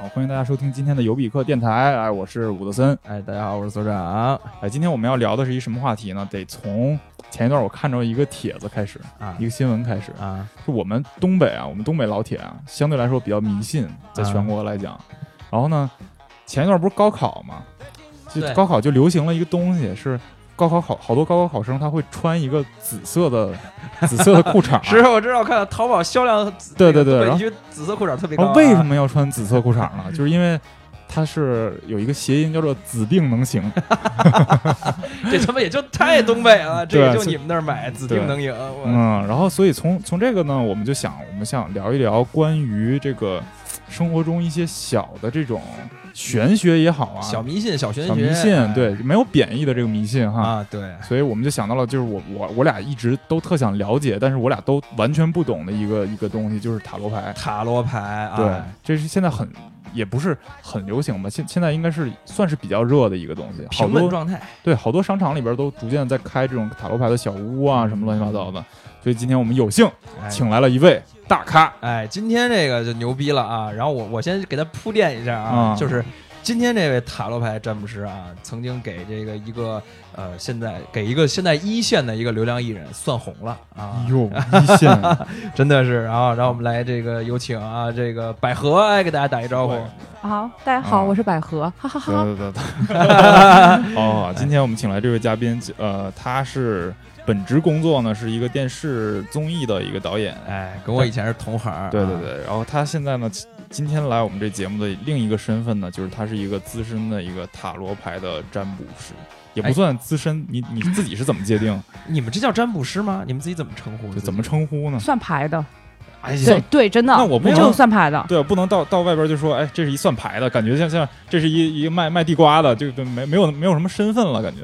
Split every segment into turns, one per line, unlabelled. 好，欢迎大家收听今天的尤比克电台。哎，我是伍德森。
哎，大家好，我是所长
哎，今天我们要聊的是一什么话题呢？得从前一段我看着一个帖子开始，
啊
一个新闻开始。
啊，
就我们东北啊，我们东北老铁啊，相对来说比较迷信，在
啊
全国来讲。然后呢，前一段不是高考嘛，就
对
高考就流行了一个东西是。高考考好多高考考生他会穿一个紫色的紫色的裤衩，
是我知道，我看到淘宝销量，
对对对
那个
然后
本身紫色裤衩特别
然
高
后
啊，
为什么要穿紫色裤衩呢？就是因为它是有一个谐音叫做“指定能行”，
这他妈也就太东北了，这
对
也就
所以
你们那儿买，指定能赢。我
嗯，然后所以从从这个呢，我们就想我们想聊一聊关于这个生活中一些小的这种玄学也好啊，
小
小
迷信，小玄学，
迷
哎
信，对，没有贬义的这个迷信哈。
啊，对，
所以我们就想到了，就是我我我俩一直都特想了解，但是我俩都完全不懂的一个一个东西，就是塔罗牌。
塔罗牌啊，
对，这是现在很也不是很流行吧，现现在应该是算是比较热的一个东西，好
平稳
多
状态，
对，好多商场里边都逐渐在开这种塔罗牌的小屋啊，什么乱七八糟的。所以今天我们有幸
哎
请来了一位大咖，
哎，今天这个就牛逼了啊！然后我我先给他铺垫一下啊，
嗯
就是今天这位塔罗牌占卜师啊，曾经给这个一个呃，现在给一个现在一线的一个流量艺人算红了啊，
哟，一线
真的是啊！然后我们来这个有请啊，这个百合哎，给大家打一招呼，
好，大家好，
啊
我是百合，哈 哈哈
对对对。哦，今天我们请来这位嘉宾，呃，他是本职工作呢是一个电视综艺的一个导演，
哎，跟我以前是同行儿，啊
对对对。然后他现在呢，今今天来我们这节目的另一个身份呢，就是他是一个资深的一个塔罗牌的占卜师。也不
哎
算资深，你你自己是怎么 界定？
啊，你们这叫占卜师吗？你们自己怎么称呼？
就怎么？称呼呢？
算牌的，
哎
对
呀，
对，真的，
嗯那我不
就
能
算牌的，
对，啊不能到到外边就说，哎，这是一算牌的，感觉像像这是一一个卖卖地瓜的，就就没没有没有什么身份了，感觉。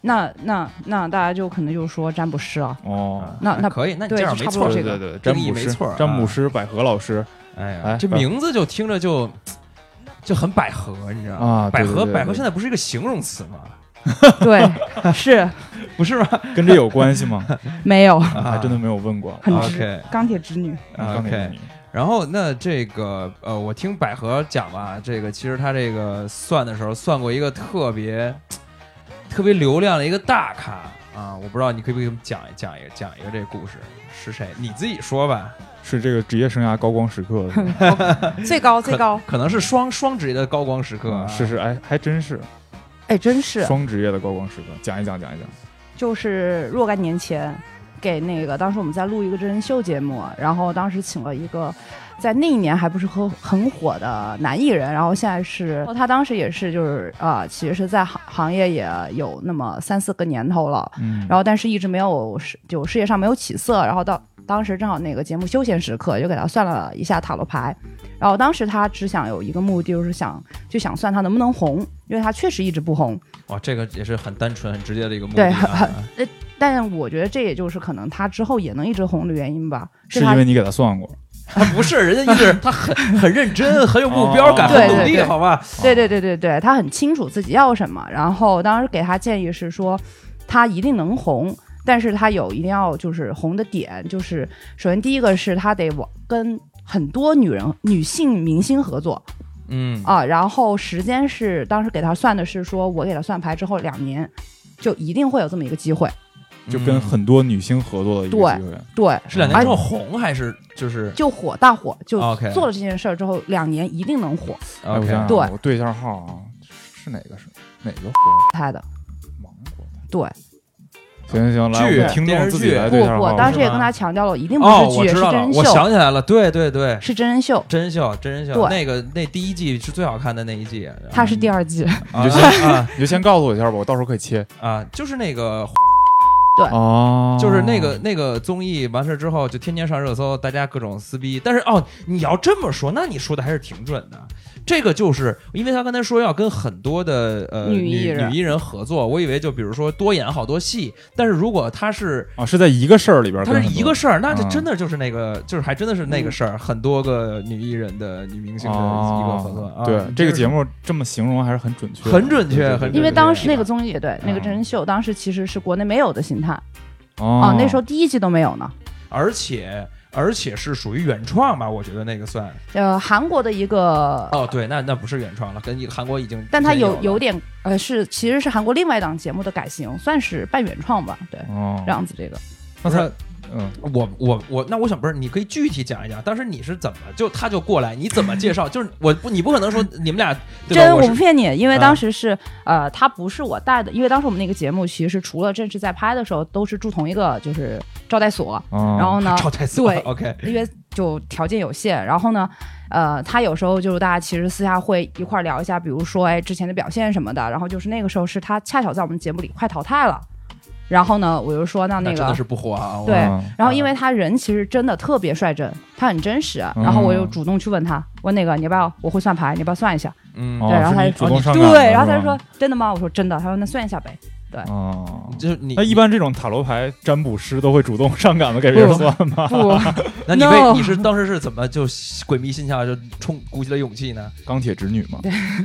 那那那大家就可能就说占卜师啊，
哦，
那那
可以，那你
对
这样
就
没
差不
错
多
儿。
啊对
这
对对，
个
定
占
义
卜
没
师
错儿，
占卜
啊
师百合老师
哎呀
哎，
这
百
名字就听着就就很百合，你知道吗？
啊对
百
对
合，
对
百合
对
现在不是一个形容词吗？
对，是
不是 吗？
跟这有关 系吗？
没有
还
啊
真的没有问过。
很
啊
直
OK
钢铁直女，
啊
刚才
OK
你。
然后那这个呃，我听百合讲吧，这个其实他这个算的时候算过一个特别特别流量的一个大咖啊，我不知道你可不可以给我们讲一讲一讲一个这个故事是谁？你自己说吧，
是这个职业生涯高光时刻是吧
最高最高，
可能是双双职业的高光时刻啊，
嗯是是，哎，还真是
哎，真是，
双职业的高光时刻，讲一讲，讲一讲。
就是若干年前给那个当时我们在录一个真人秀节目，然后当时请了一个。在那一年还不是很很火的男艺人，然后现在是，然后哦他当时也是就是呃，其实是在行行业也有那么三四个年头了，
嗯，
然后但是一直没有事，就事业上没有起色，然后到当时正好那个节目休闲时刻，就给他算了一下塔罗牌，然后当时他只想有一个目的，就是想就想算他能不能红，因为他确实一直不红，
哇，哦这个也是很单纯、很直接的一 个目的
对
啊、
但我觉得这也就是可能他之后也能一直红的原因吧，
是
他
因为你给他算过，
他不是，人家一直他很很认真，很有目标感，
哦
很
对
努
对
力，
对
好吧？
对对对对对，他很清楚自己要什么。然后当时给他建议是说，他一定能红，但是他有一定要就是红的点，就是首先第一个是他得往跟很多女人、女性明星合作
嗯
啊，然后时间是当时给他算的是说，我给他算牌之后两年，就一定会有这么一个机会。
就跟很多女星合作的一个
对
机会。啊
对，
嗯是两年之后红还是就是
就火大火，就
OK
做了这件事儿之后，两年一定能火
哎我
OK
想想
对
我对一下号啊，是哪个是哪个活
他的。
忙过的？
对，
行行行，来，我
剧
们听众自己来
不
对一下
不，
号。
当时也
是吗
跟他强调了，一定不
哦，
是
我
剧，
知
是
道
真
了，
人
我
秀，
想起来了，对对对，
是真人秀，
真人秀真人秀，
对
那个那第一季是最好看的那一季，
他是第二季。
啊
你 就
啊
你就先告诉我一下吧，我到时候可以切。
啊，就是那个
哦
就是那个那个综艺完事之后就天天上热搜，大家各种撕逼。但是哦，你要这么说，那你说的还是挺准的。这个就是因为他刚才说要跟很多的呃
女艺
女
人
女艺人合作，我以为就比如说多演好多戏，但是如果他是
啊，是在一个事儿里边儿
他
跟很
是
多，
一个事儿，那这
啊
真的就是那个，就是还真的是那个事儿，很多个女艺人的女明星的一个合作。
哦
啊
对、这个
真
节。
是
目这么形容还是很准确的，
很准确
对对对
很准确
因为
对
当
对
时那个综艺，对那个真
嗯
人秀，当时其实是国内没有的形态
哦
啊，那时候第一季都没有呢。
而且而且是属于原创吧？我觉得那个算
呃，韩国的一个，
哦，对，那那不是原创了，跟一韩国已经，
但它有
有
有
点
点呃，是其实是韩国另外一档节目的改型，算是半原创吧，对，
哦，
这样子这个。
那他嗯，
我我我，那我想不是，你可以具体讲一讲，当时你是怎么就他就过来，你怎么介绍？就是我不，你不可能说你们俩对吧？
真，
我
我
是
不骗你，因为
啊
当时是、呃，他不是我带的，因为当时我们那个节目其实除了正式在拍的时候，都是住同一个就是招待所，
哦
然后呢，
超太死了
对
OK，
因为就条件有限，然后呢，呃，他有时候就是大家其实私下会一块儿聊一下，比如说哎之前的表现什么的，然后就是那个时候是他恰巧在我们节目里快淘汰了，然后呢，我就说那那
真
个
的是不火啊！我
对
啊，
然后因为他人其实真的特别率真，他很真实，
嗯
然后我就主动去问他，问那个你要不要，我会算牌，你要不要算一下？
嗯，
哦
对然后
是
他
你
就
主
哦
动
你
上岗
对，
的
然后
是
他就
吧
说真的吗？我说真的，他说那算一下 呗。
哦。
就是你
那一般这种塔罗牌占卜师都会主动上岗的给别人
不
算吗？
不，
那你
No
为你是当时是怎么就鬼迷心窍就冲鼓起了勇气呢？
钢铁直女嘛，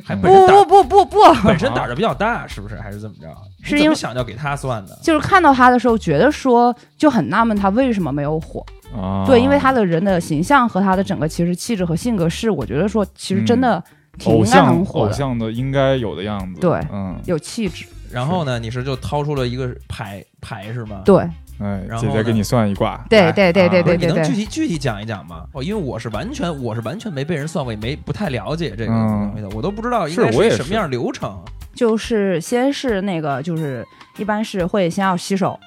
还
嗯
本身胆
不不不不，
本身胆儿就比较大，是不是？还是怎么着？
是
你怎
因
么
为
想要给他算的？
就是看到他的时候，觉得说就很纳闷他为什么没有火。
啊，
对，因为他的人的形象和他的整个其实气质和性格是，我觉得说其实真的挺
偶
应该
像
很火
嗯偶
的，
像的应该有的样子，
对
嗯，
有气质。
然后呢，你是就掏出了一个牌牌是吗？
对
哎，
然后
姐姐
呢
给你算一卦，
对
哎
对对对
啊
不
对
是，你
对
能具
对，
体具体讲一讲吗？哦，因为我是完全我是完全没被人算过，也没不太了解这个
嗯
东西的，我都不知道应
是
该
我也
什么
是
样流程。
就是先是那个就是一般是会先要洗手，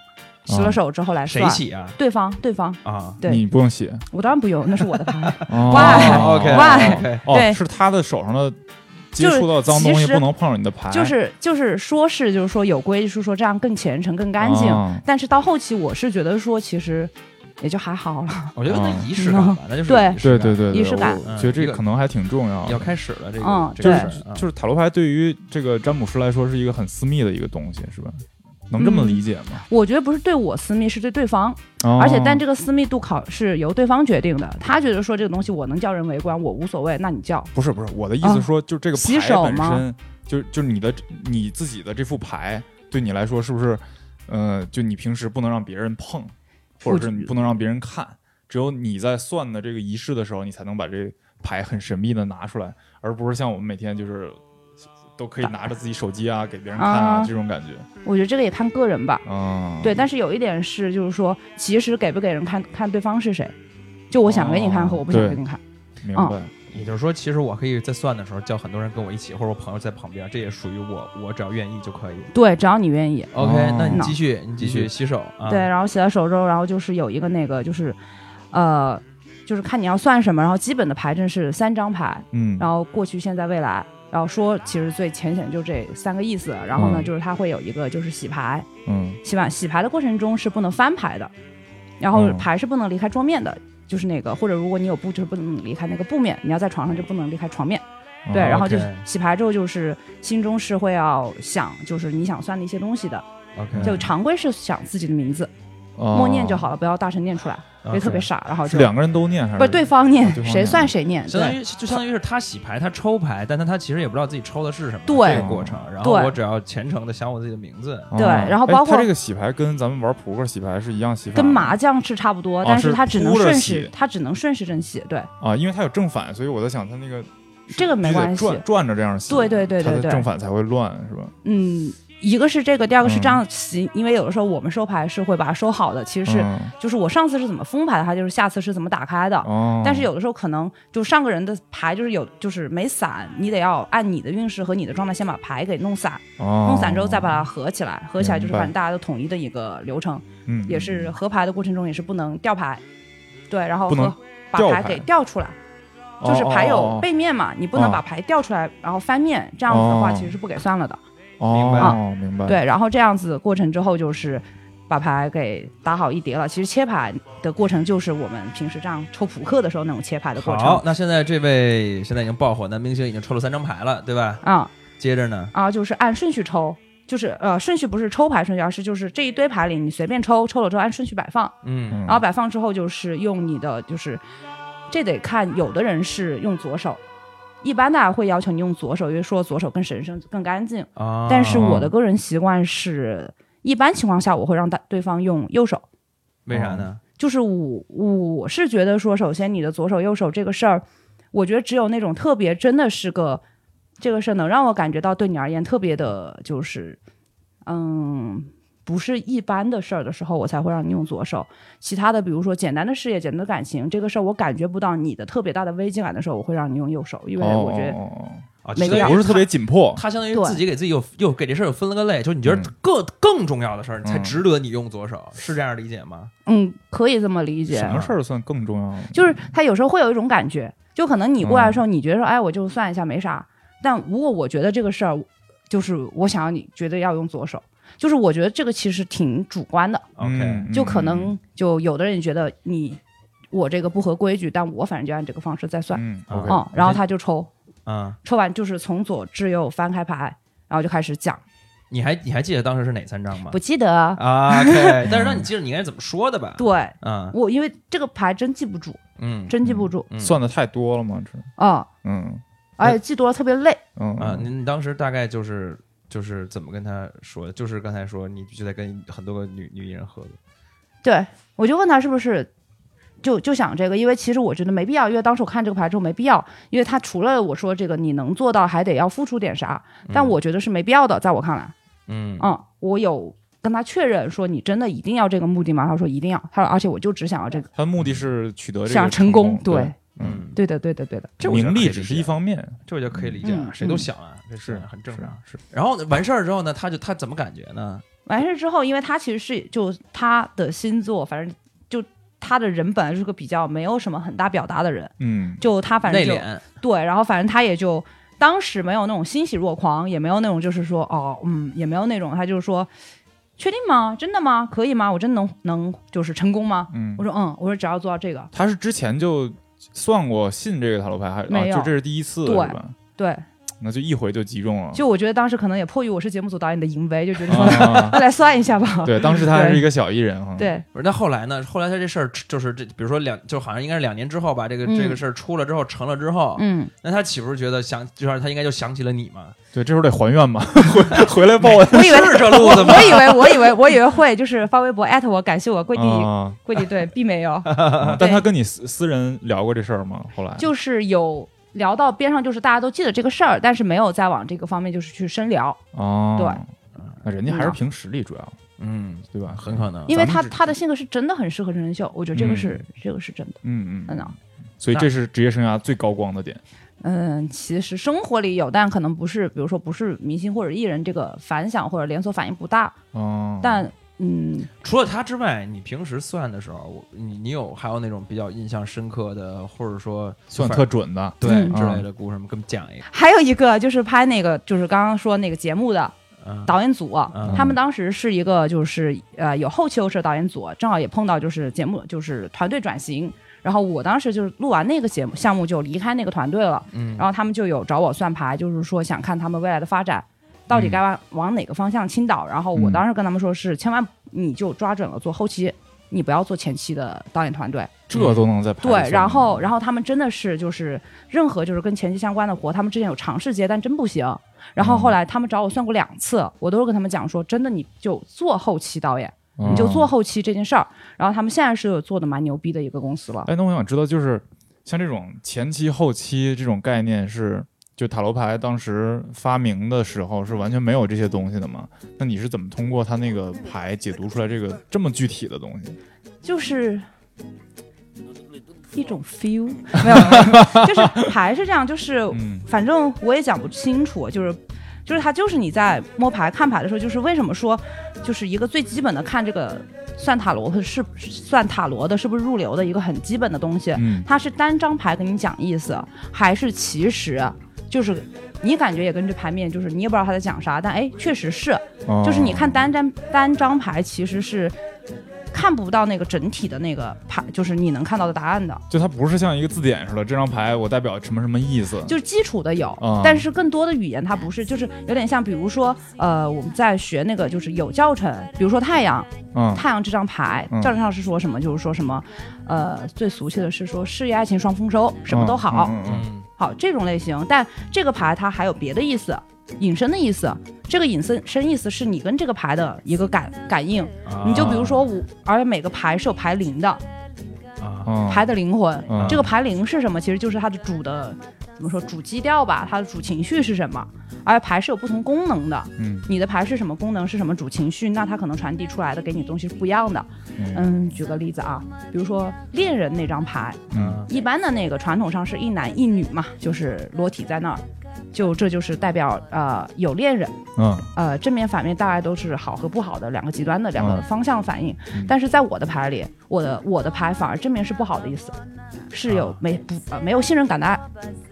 洗了手之后来
谁
算。
起啊？
对方对方，
啊
对
你不用写，
我当然不用，那是我 的牌。
哦
Why？
哦
OK，
Why？
OK
哦，
对
是他的手上的接
就是
触到脏东西
其实
不能碰上你的牌，
就是就是说是就是说有规矩，是说这样更虔诚、更干净。
哦
但是到后期，我是觉得说其实也就还好了。
我觉得那
嗯
仪式感吧，那就是
对
仪式
对
感
对对，对
仪式感
我
嗯
觉得这
一个
个可能还挺重要的，
要开始了这个
嗯
这个
对
事儿啊
就是塔罗牌对于这个占卜师来说是一个很私密的一个东西，是吧？能这么
嗯
理解吗？
我觉得不是对我私密，是对对方。
哦
而且，但这个私密度考是由对方决定的。他觉得说这个东西我能叫人围观，我无所谓，那你叫。
不是不是我的意思
啊
说，就这个
洗
牌
手
本
吗
身，就就你的你自己的这副牌，对你来说是不是？呃，就你平时不能让别人碰，或
我
者是
觉
你不能让别人看，只有你在算的这个仪式的时候，你才能把这牌很神秘的拿出来，而不是像我们每天就是都可以拿着自己手机啊给别人看啊
啊
这种感觉
我觉得这个也看个人吧。
啊。
对，但是有一点是，就是说，其实给不给人看看对方是谁，就我想给你看
哦
和我不想给你看。
明白
嗯。
也就是说，其实我可以在算的时候叫很多人跟我一起，或者我朋友在旁边，这也属于我，我只要愿意就可以。
对，只要你愿意。
OK，、
哦
那你
那
继续，你继续洗手啊。
对，然后洗了手之后，然后就是有一个那个就是，呃，就是看你要算什么，然后基本的牌阵是三张牌，
嗯，
然后过去、现在、未来，然后说其实最浅显就这三个意思。然后呢，
嗯
就是它会有一个就是洗牌，
嗯
洗完洗牌的过程中是不能翻牌的，然后
嗯
牌是不能离开桌面的，就是那个或者如果你有布，就是不能离开那个布面，你要在床上就不能离开床面。对，
哦
然后就
OK
洗牌之后就是心中是会要想，就是你想算的一些东西的，
OK，
就常规是想自己的名字，
嗯哦
默念就好了，不要大声念出来，别特别。傻，然后
是
就
两个人都念还是
不是对方念
哦对，方
谁
念
算谁念，
相当
对
于就相当于是他洗牌，他抽牌，但他他其实也不知道自己抽的是什么，
对
这个过程。然后
对
我只要虔诚的想我自己的名字，
哦
对然后
哎
包括
他这个洗牌跟咱们玩扑克洗牌是一样洗法吗，
跟麻将是差不多，
啊哦
但
是
它只能
铺着
顺
洗
时，它只能顺时针洗，对
啊，因为它有正反，所以我在想它那个是
这个没
必须得
关系
转转着这样洗，
对对对
它
对
的
对
正，反才会乱，是吧？
嗯。一个是这个，第二个是
嗯
这样洗，因为有的时候我们收牌是会把它收好的，其实是、
嗯
就是我上次是怎么封牌的，它就是下次是怎么打开的。
哦，
但是有的时候可能就上个人的牌就是有就是没散，你得要按你的运势和你的状态先把牌给弄散，
弄
弄散之后再把它合起来，合起来就
哦
是
明白
反正大家都统一的一个流程，
嗯
也是合牌的过程中也是不能掉牌，对，然后
不能
和把
掉
牌
牌
给调出来，就是牌有背面嘛，你不能
哦
把牌调出来然后翻面，这样子的话
哦
其实是不给算了的，
哦，
明白
哦明白
对，然后这样子过程之后就是。把牌给打好一叠了。其实切牌的过程就是我们平时这样抽扑克的时候那种切牌的过
好
程，。
那现在这位现在已经爆火男明星已经抽了三张牌了，对吧？
啊、
接着呢，
啊，就是按顺序抽，就是呃顺序不是抽牌顺序，而是就是这一堆牌里你随便抽，抽了之后按顺序摆放，
嗯，
嗯
然后摆放之后就是用你的就是，这得看有的人是用左手，一般大家会要求你用左手，因为说左手更神圣更干净，
啊，
但是我的个人习惯是，一般情况下我会让大对方用右手。
为啥呢？
就是我我是觉得说，首先你的左手右手这个事儿，我觉得只有那种特别真的是个这个事儿能让我感觉到对你而言特别的，就是嗯。不是一般的事儿的时候，我才会让你用左手。其他的，比如说简单的事业、简单的感情，这个事儿我感觉不到你的特别大的危机感的时候，我会让你用右手，因为我觉得
哦哦哦
啊，
每个
所以
哦不是特别紧迫，
他相当于
对
自己给自己又又给这事儿又分了个类，就是你觉得
嗯
更更重要的事儿，你才
嗯
值得你用左手，是这样理解吗？
嗯，可以这么理解。
什么事儿算更重要呢？
就是他有时候会有一种感觉，就可能你过
嗯
来的时候，你觉得说，哎，我就算一下没啥，但如果我觉得这个事儿，就是我想要你觉得要用左手，就是我觉得这个其实挺主观的，
OK，
嗯
就可能就有的人觉得你我这个不合规矩，但我反正就按这个方式在算，
嗯
嗯
，OK，
嗯，然后他就抽，
啊，
抽完就是从左至右翻开牌，然后就开始讲，
你还你还记得当时是哪三张吗
不？记得，
啊，OK，但是 让你记得你应该怎么说的吧？
对
嗯
我因为这个牌真记不住，
嗯
真记不住，
嗯
算的太多了嘛，这
嗯，
嗯
而且记多了特别累，
嗯
啊，你你当时大概就是就是怎么跟他说的？就是刚才说你就在跟很多个女女艺人合作，
对，我就问他是不是就就想这个，因为其实我觉得没必要，因为当时我看这个牌之后没必要，因为他除了我说这个你能做到，还得要付出点啥，但
嗯
我觉得是没必要的，在我看来，
嗯
嗯，我有跟他确认说你真的一定要这个目的吗？他说一定要，他说而且我就只想要这个，
他的目的是取得这个
想成
功，
对，
嗯，
对的，对的，对的，
这我觉得
名
可以
利
理
只是
解
一方面，
这我就可以理解啊，
嗯
谁都想啊，这是
是
很正
是
常。
是，
然后呢，完事儿之后呢，他就他怎么感觉呢？
完事之后，因为他其实是就他的星座，反正就他的人本来是个比较没有什么很大表达的人，
嗯，
就他反正
内
就
敛，
对，然后反正他也就当时没有那种欣喜若狂，也没有那种就是说哦嗯，也没有那种他就是说确定吗？真的吗？可以吗？我真能能就是成功吗？
嗯
我，说嗯，我说只要做到这个，
他是之前就算过信这个塔罗牌，还
没
啊，
有
就这是第一次
对
是吧？
对，
那就一回就击中了，
就我觉得当时可能也迫于我是节目组导演的淫威，就觉得
哦
说、
啊，
来算一下吧，
对，当时他还是一个小艺人哈，，
对
不是，那后来呢？后来他这事儿就是这，比如说两，就好像应该是两年之后吧，这个、
嗯
这个事儿出了之后成了之后，
嗯，
那他岂不是觉得想，就是他应该就想起了你嘛？
对，这时候得还愿吧， 回回来报恩
我以为
是这路子吗？
我以为我以为我以为会就是发微博艾特我感谢我跪地、
哦
啊，
跪地对，并没有，
啊但他跟你私私人聊过这事儿吗？后来
嗯就是有。聊到边上，就是大家都记得这个事儿，但是没有再往这个方面就是去深聊。
哦，
对
那人家还是凭实力主要，
嗯，
对吧？
很可能。
因为
啊咱
他
们只
他的性格是真的很适合真人秀，我觉得这个是、这个是真的，
嗯
真
嗯
的。。
所以这是职业生涯最高光的点，
嗯，其实生活里有，但可能不是，比如说不是明星或者艺人这个反响或者连锁反应不大，
哦，
但嗯，
除了他之外，你平时算的时候，我你你有还有那种比较印象深刻的，或者说
算
反
特准的，
对、
嗯
之类的故事吗？给我们讲一个。
还有一个就是拍那个就是刚刚说那个节目的
嗯，
导演组，
嗯
他们当时是一个就是呃有后期后摄导演组，正好也碰到就是节目就是团队转型，然后我当时就是录完那个节目项目就离开那个团队了，
嗯
然后他们就有找我算牌，就是说想看他们未来的发展到底该往往哪个方向倾倒。然后我
嗯
当时跟他们说是，千万你就抓准了做后期，你不要做前期的导演团队。
这都能在牌
对，
上
然后然后他们真的是就是任何就是跟前期相关的活，他们之前有尝试接，但真不行。然后后来他们找我算过两次，我都是跟他们讲说，真的你就做后期导演，你就做
哦
后期这件事儿。然后他们现在是做的蛮牛逼的一个公司了。
哎，那我想知道，就是像这种前期、后期这种概念是，就塔罗牌当时发明的时候是完全没有这些东西的吗？那你是怎么通过它那个牌解读出来这个这么具体的东西？
就是一种 feel，没有，没有 就是牌是这样，就是
嗯
反正我也讲不清楚，就是。就是它，就是你在摸牌、看牌的时候，就是为什么说，就是一个最基本的看这个算塔罗的是算塔罗的，是不是入流的一个很基本的东西。
嗯
它是单张牌给你讲意思，还是其实就是你感觉也跟这牌面就是你也不知道他在讲啥，但哎，确实是，
哦
就是你看单张单张牌其实是看不到那个整体的那个牌，就是你能看到的答案的，
就它不是像一个字典似的，这张牌我代表什么什么意思？
就是基础的有，
嗯
但是更多的语言它不是，就是有点像，比如说呃我们在学那个就是有教程，比如说太阳，
嗯
太阳这张牌
嗯，
教程上是说什么？就是说什么，呃，最俗气的是说事业爱情双丰收，什么都好，
嗯嗯
嗯
好这种类型。但这个牌它还有别的意思，引申的意思。这个引申深意思是你跟这个牌的一个感感应。
啊
你就比如说我，而且每个牌是有牌灵的，
啊
嗯嗯
牌的灵魂。
嗯
这个牌灵是什么？其实就是它的主的怎么说主基调吧，它的主情绪是什么？而且牌是有不同功能的，
嗯
你的牌是什么功能，是什么主情绪，那它可能传递出来的给你的东西是不一样的。
嗯
嗯，举个例子啊，比如说恋人那张牌，
啊
嗯
一般的那个传统上是一男一女嘛，就是裸体在那儿，就这就是代表呃有恋人，
嗯
呃正面反面大概都是好和不好的两个极端的两个
嗯
方向反应。
嗯
但是在我的牌里，我的我的牌反而正面是不好的意思，是
啊
有没不呃没有信任感的爱，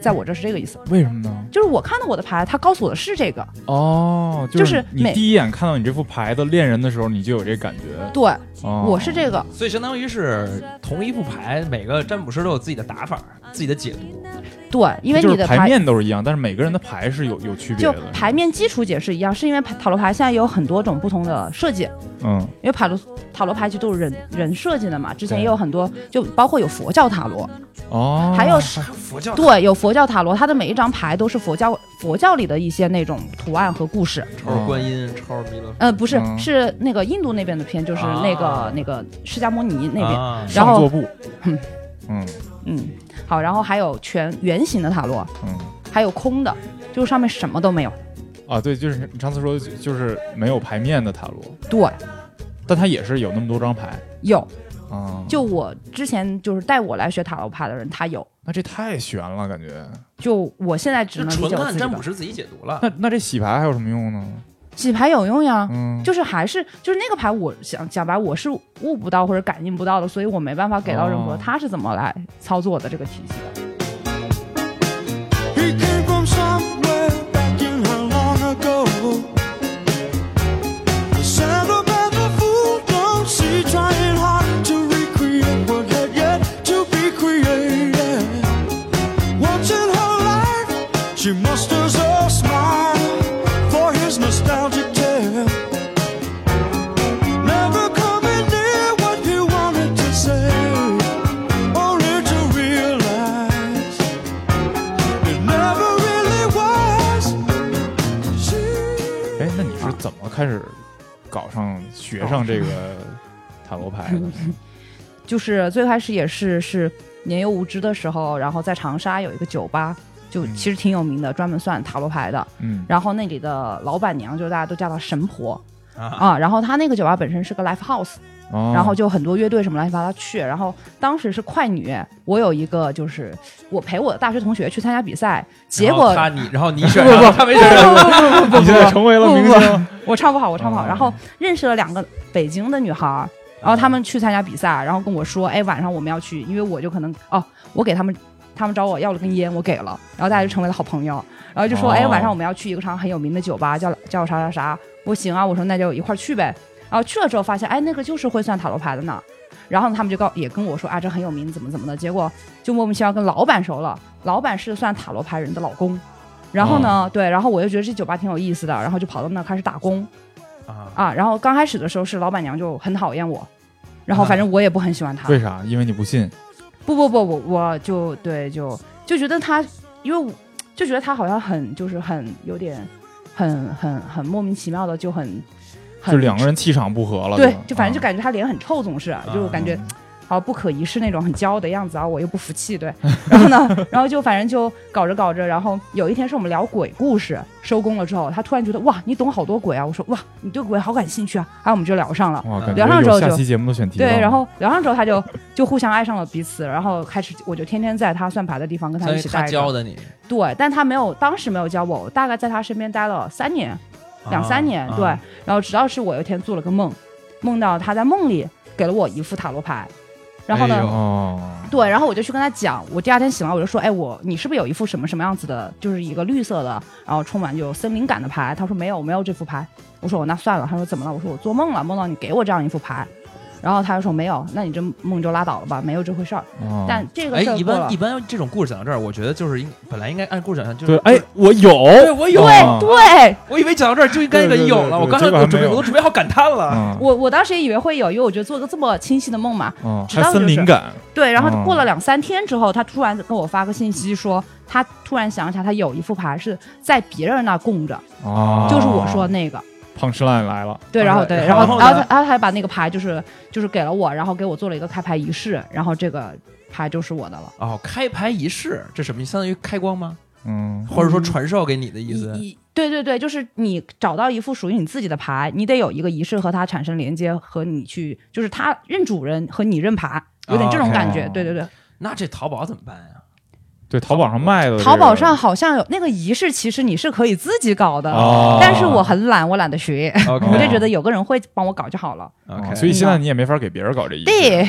在我这是这个意思。
为什么呢？
就是我看到我的牌，他告诉我的是这个，
哦，
就是是
你
每
第一眼看到你这副牌的恋人的时候，你就有这感觉。
对，
哦
我是这个，
所以相当于是同一副牌，每个占卜师都有自己的打法、自己的解读。
对，因为
就
你
是
的
牌
牌
面都是一样，但是每个人的牌是有有区别
就
的。
牌面基础解释一样，是因为塔罗牌现在有很多种不同的设计，
嗯
因为塔罗塔罗牌其实都是人人设计的嘛。之前
对
也有很多，就包括有佛教塔罗，
哦，
还有
佛教
对有佛教塔罗，它的每一张牌都是佛教佛教里的一些那种图案和故事。
超观音、超弥勒，
呃，不是，
嗯
是那个印度那边的片，就是那个、
啊
那个释迦摩尼那边。
啊
然
上
后
座部。
哼
嗯
嗯，好，然后还有全圆形的塔罗，
嗯
还有空的，就是上面什么都没有。
啊，对，就是你上次说就就是没有牌面的塔罗，
对，
但它也是有那么多张牌
有。
啊。
就我之前就是带我来学塔罗牌的人，他有。
那这太悬了，感觉。
就我现在只
就
能理
纯
解我
看
自己
占
的
卜师自己解读了
那。那这洗牌还有什么用呢？
洗牌有用呀，
嗯，
就是还是就是那个牌，我想讲白，我是悟不到或者感应不到的，所以我没办法给到任何
哦
他是怎么来操作的这个体系的。
He came from somewhere back in how long ago. The sound of the fool don't see trying hard to recreate what had yet to be created. Once in her life, she musters a smile for his nostalgic tale. Never coming near what he wanted to say, only to realize. It never really was. She
哎，那你是怎么开始搞上学上这个塔罗牌 的？
就是最开始也是是年幼无知的时候，然后在长沙有一个酒吧，就
嗯
其实挺有名的，专门算塔罗牌的。
嗯
然后那里的老板娘就是大家都叫她神婆
啊，
啊。然后她那个酒吧本身是个 live house，
哦
然后就很多乐队什么乱七八糟去。然后当时是快女，我有一个就是我陪我的大学同学去参加比赛，结
然后
果
他你，然后你选，然后他没选，
你现在成为了明星，
我唱不好，我唱不好。
哦
然后认识了两个北京的女孩儿，然后她们去参加比赛，然后跟我说，哎，晚上我们要去，因为我就可能哦，我给他们，他们找我要了根烟，我给了，然后大家就成为了好朋友。然后就说，
哦
哎，晚上我们要去一个场很有名的酒吧，叫叫啥啥啥。我说行啊，我说那就一块儿去呗。然后去了之后发现，哎，那个就是会算塔罗牌的呢。然后他们就告也跟我说啊，这很有名，怎么怎么的。结果就莫名其妙跟老板熟了，老板是算塔罗牌人的老公。然后呢，对，然后我就觉得这酒吧挺有意思的，然后就跑到那儿开始打工。
啊，
啊，然后刚开始的时候是老板娘就很讨厌我，然
啊
后反正我也不很喜欢她。
为啥？因为你不信。
不不不，我我就对就就觉得她，因为我就觉得她好像很就是很有点很很很莫名其妙的就很很
就两个人气场不合了。
对
吧，
就反正就
啊嗯
感觉她脸很臭，总是、就感觉。好不可一世那种很骄傲的样子啊，我又不服气，对。然后呢，然后就反正就搞着搞着，然后有一天是我们聊鬼故事，收工了之后，他突然觉得哇，你懂好多鬼啊！我说哇，你对鬼好感兴趣啊！然后我们就聊上了。
哇，感觉
聊上之
有
后
下
就
期节目的选题了。
对，然后聊上之后，他就就互相爱上了彼此，然后开始我就天天在他算牌的地方跟他
所
一
以
起
他
待
教
着。
的你
对，但他没有，当时没有教我，我大概在他身边待了三年，
啊
两三年，对。然后直到是我有一天做了个梦，梦到他在梦里给了我一副塔罗牌，然后呢，
哎呦
哦，
对，然后我就去跟他讲，我第二天醒来我就说，哎，我你是不是有一副什么什么样子的，就是一个绿色的，然后充满有森林感的牌？他说没有，我没有这副牌。我说我那算了。他说怎么了？我说我做梦了，梦到你给我这样一副牌。然后他就说没有，那你这梦就拉倒了吧，没有这回事儿。
哦
但这个
哎
事，儿
一
过了
般一，般这种故事讲到这儿，我觉得就是应本来应该按故事讲下去，就
对
是，
哎，我有，
对我有，
哦
对哎对，
我以为讲到这儿就应该
对对对
有了，
对
我刚才
结果还
我准
没
备
有
我都准备好感叹了，
嗯，
我我当时也以为会有，因为我觉得做个这么清晰的梦嘛，
嗯，
知
还
道
森
就是
林感，
对，然后
哦
过
嗯
了两三天之后，他突然跟我发个信息说，他突然想起来，他有一副牌是在别人那儿供着，
哦，
就是我说的那个。
胖吃烂来了，
对，
啊
然后对，
然
然后
后
然后
呢
他然后他还把那个牌就是就是给了我，然后给我做了一个开牌仪式，然后这个牌就是我的了。
哦，开牌仪式，这什么意思？相当于开光吗？
嗯，
或者说传授给你的意思？
一一对对对，就是你找到一副属于你自己的牌，你得有一个仪式和它产生连接，和你去就是它认主人和你认牌，有点这种感觉。
哦
对对对，
那这淘宝怎么办呀？
对，淘宝上卖的这个，
淘宝上好像有那个仪式，其实你是可以自己搞的，
哦
但是我很懒，我懒得学，
OK
我就觉得有个人会帮我搞就好了。
哦
哦 OK，
所以现在你也没法给别人搞这一，
对，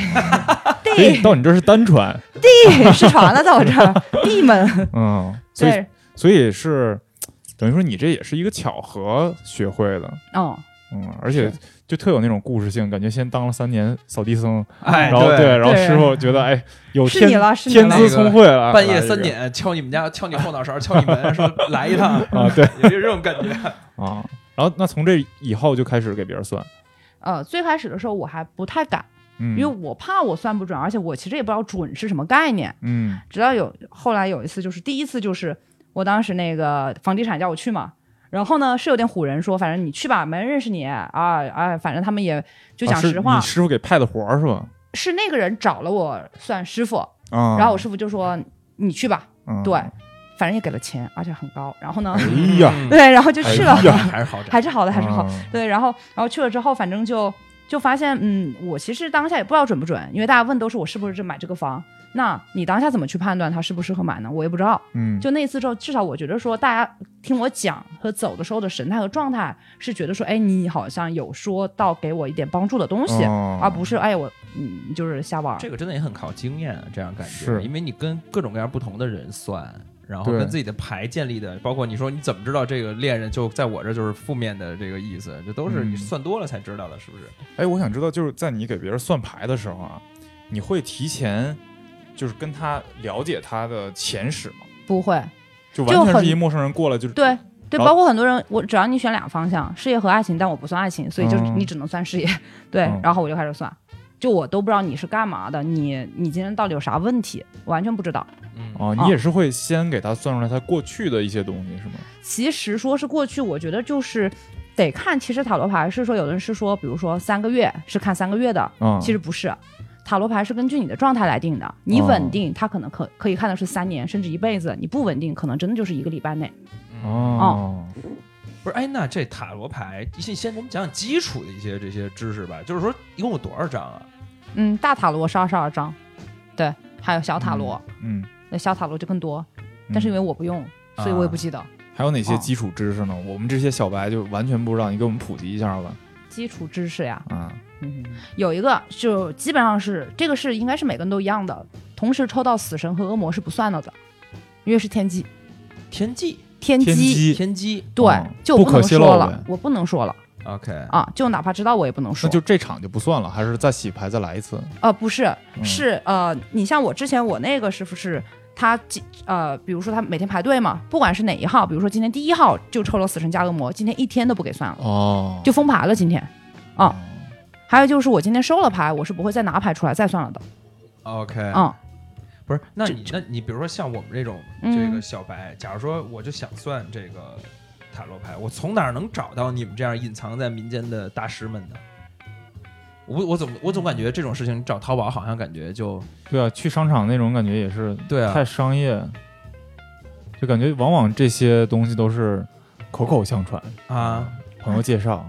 所以
对，
到你这是单传，
对，失传了，在我这儿，弟们，
嗯，所以
对，
所以是等于说你这也是一个巧合学会的，
嗯。
嗯，而且
是
就特有那种故事性，感觉先当了三年扫地僧，
哎，
然后
对，
然后
对
师傅觉得哎有
是
天
你了是你
天
了
资聪慧了，
半
来
夜
一
三
个
点敲你们家，敲你后脑勺，敲你门，说来一趟
啊，对
也是这种感觉。
啊，然后那从这以后就开始给别人算，
呃，最开始的时候我还不太敢，
嗯，
因为我怕我算不准，而且我其实也不知道准是什么概念。
嗯
直到有后来有一次，就是第一次，就是我当时那个房地产叫我去嘛，然后呢是有点唬人说，反正你去吧，没人认识你啊啊，反正他们也就讲
啊是
实话，
你师傅给派的活儿是吧？
是那个人找了我算师傅，
啊，
然后我师傅就说你去吧，
嗯
对，反正也给了钱，而且很高，然后呢，
哎呀，
嗯
对，然后 就去了，
哎 呀
还是好展，
还是好的，还是好。
嗯
对，然后然后去了之后，反正就就发现，嗯，我其实当下也不知道准不准，因为大家问都是我是不是这买这个房，那你当下怎么去判断它适不适合买呢？我也不知道。
嗯，
就那一次之后，至少我觉得说，大家听我讲和走的时候的神态和状态，是觉得说，哎，你好像有说到给我一点帮助的东西，
哦
而不是哎我嗯就是瞎玩儿。
这个真的也很靠经验，啊这样感觉，
是
因为你跟各种各样不同的人算。然后
对
跟自己的牌建立的，包括你说你怎么知道这个恋人就在我这儿就是负面的这个意思，这都是
嗯
你算多了才知道的，是不是？
哎，我想知道，就是在你给别人算牌的时候啊，你会提前就是跟他了解他的前史吗？
不会，
就完
就
全
很
是一陌生人过来就
对对，
然后
包括很多人，我只要你选俩方向，事业和爱情，但我不算爱情，所以就是
嗯
你只能算事业。对
嗯，
然后我就开始算，就我都不知道你是干嘛的，你你今天到底有啥问题，完全不知道。
嗯，
哦，你也是会先给他算出来他过去的一些东西是吗？
其实说是过去，我觉得就是得看，其实塔罗牌是说有的人是说，比如说三个月是看三个月的，
啊、
其实不是。塔罗牌是根据你的状态来定的，你
哦
稳定，它可能可可以看的是三年甚至一辈子；你不稳定，可能真的就是一个礼拜内。
哦，
嗯不是，哎，那这塔罗牌，先先给我们讲讲基础的一些这些知识吧。就是说，一共有多少张啊？
嗯，大塔罗是二十二张，对，还有小塔罗，
嗯，
那小塔罗就更多，但是因为哦我不用，所以我也
啊
不记得。
嗯还有哪些基础知识呢？我们这些小白就完全不知道，你给我们普及一下吧。
基础知识呀，
啊，
嗯，
有一个就基本上是这个是应该是每个人都一样的，同时抽到死神和恶魔是不算了的，因为是天机，
天机，
天
天
机。
机
天机
对，
哦
就
不
我
可
能
泄
说
露呗
了，我不能说了
，OK，
啊！就哪怕知道我也不能
那
说。
就这场就不算了，还是再洗牌再来一次？
呃，不是，
嗯
是呃，你像我之前我那个师傅是，他今呃，比如说他每天排队嘛，不管是哪一号，比如说今天第一号就抽了死神加恶魔，今天一天都不给算了，
哦，
就封牌了。今天
哦
啊，还有就是我今天收了牌，我是不会再拿牌出来再算了的。
OK，
嗯，
不是，那你那你比如说像我们这种
嗯
这个小白，假如说我就想算这个塔罗牌，我从哪儿能找到你们这样隐藏在民间的大师们呢？我不我总我总感觉这种事情，你找淘宝好像感觉就
对啊，去商场那种感觉也是
对啊
太商业，就感觉往往这些东西都是口口相传，
啊，
朋友介绍，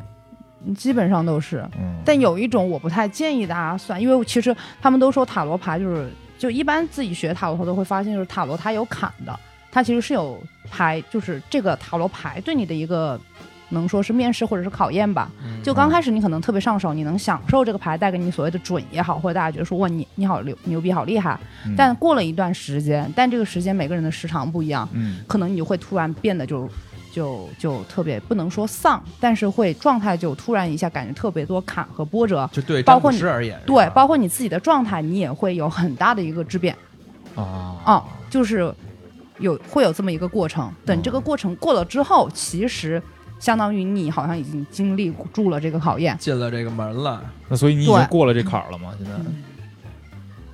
基本上都是。
嗯，
但有一种我不太建议大家算，因为其实他们都说塔罗牌就是，就一般自己学塔罗都会发现，就是塔罗它有坎的，它其实是有牌，就是这个塔罗牌对你的一个能说是面试或者是考验吧。
嗯
就刚开始你可能特别上手，你能享受这个牌带给你所谓的准也好，或者大家觉得说哇你你好牛牛逼好厉害，
嗯
但过了一段时间，但这个时间每个人的时长不一样，
嗯
可能你就会突然变得就就就特别不能说丧，但是会状态就突然一下感觉特别多坎和波折。
就对
包
詹姆
括你
斯而言，
对
是，吧
包括你自己的状态，你也会有很大的一个质变
嗯
啊
啊、就是有会有这么一个过程。等这个
哦
过程过了之后，其实相当于你好像已经经历住了这个考验。
进了这个门了，
那所以你已
对嗯
经过了这坎儿了吗？现在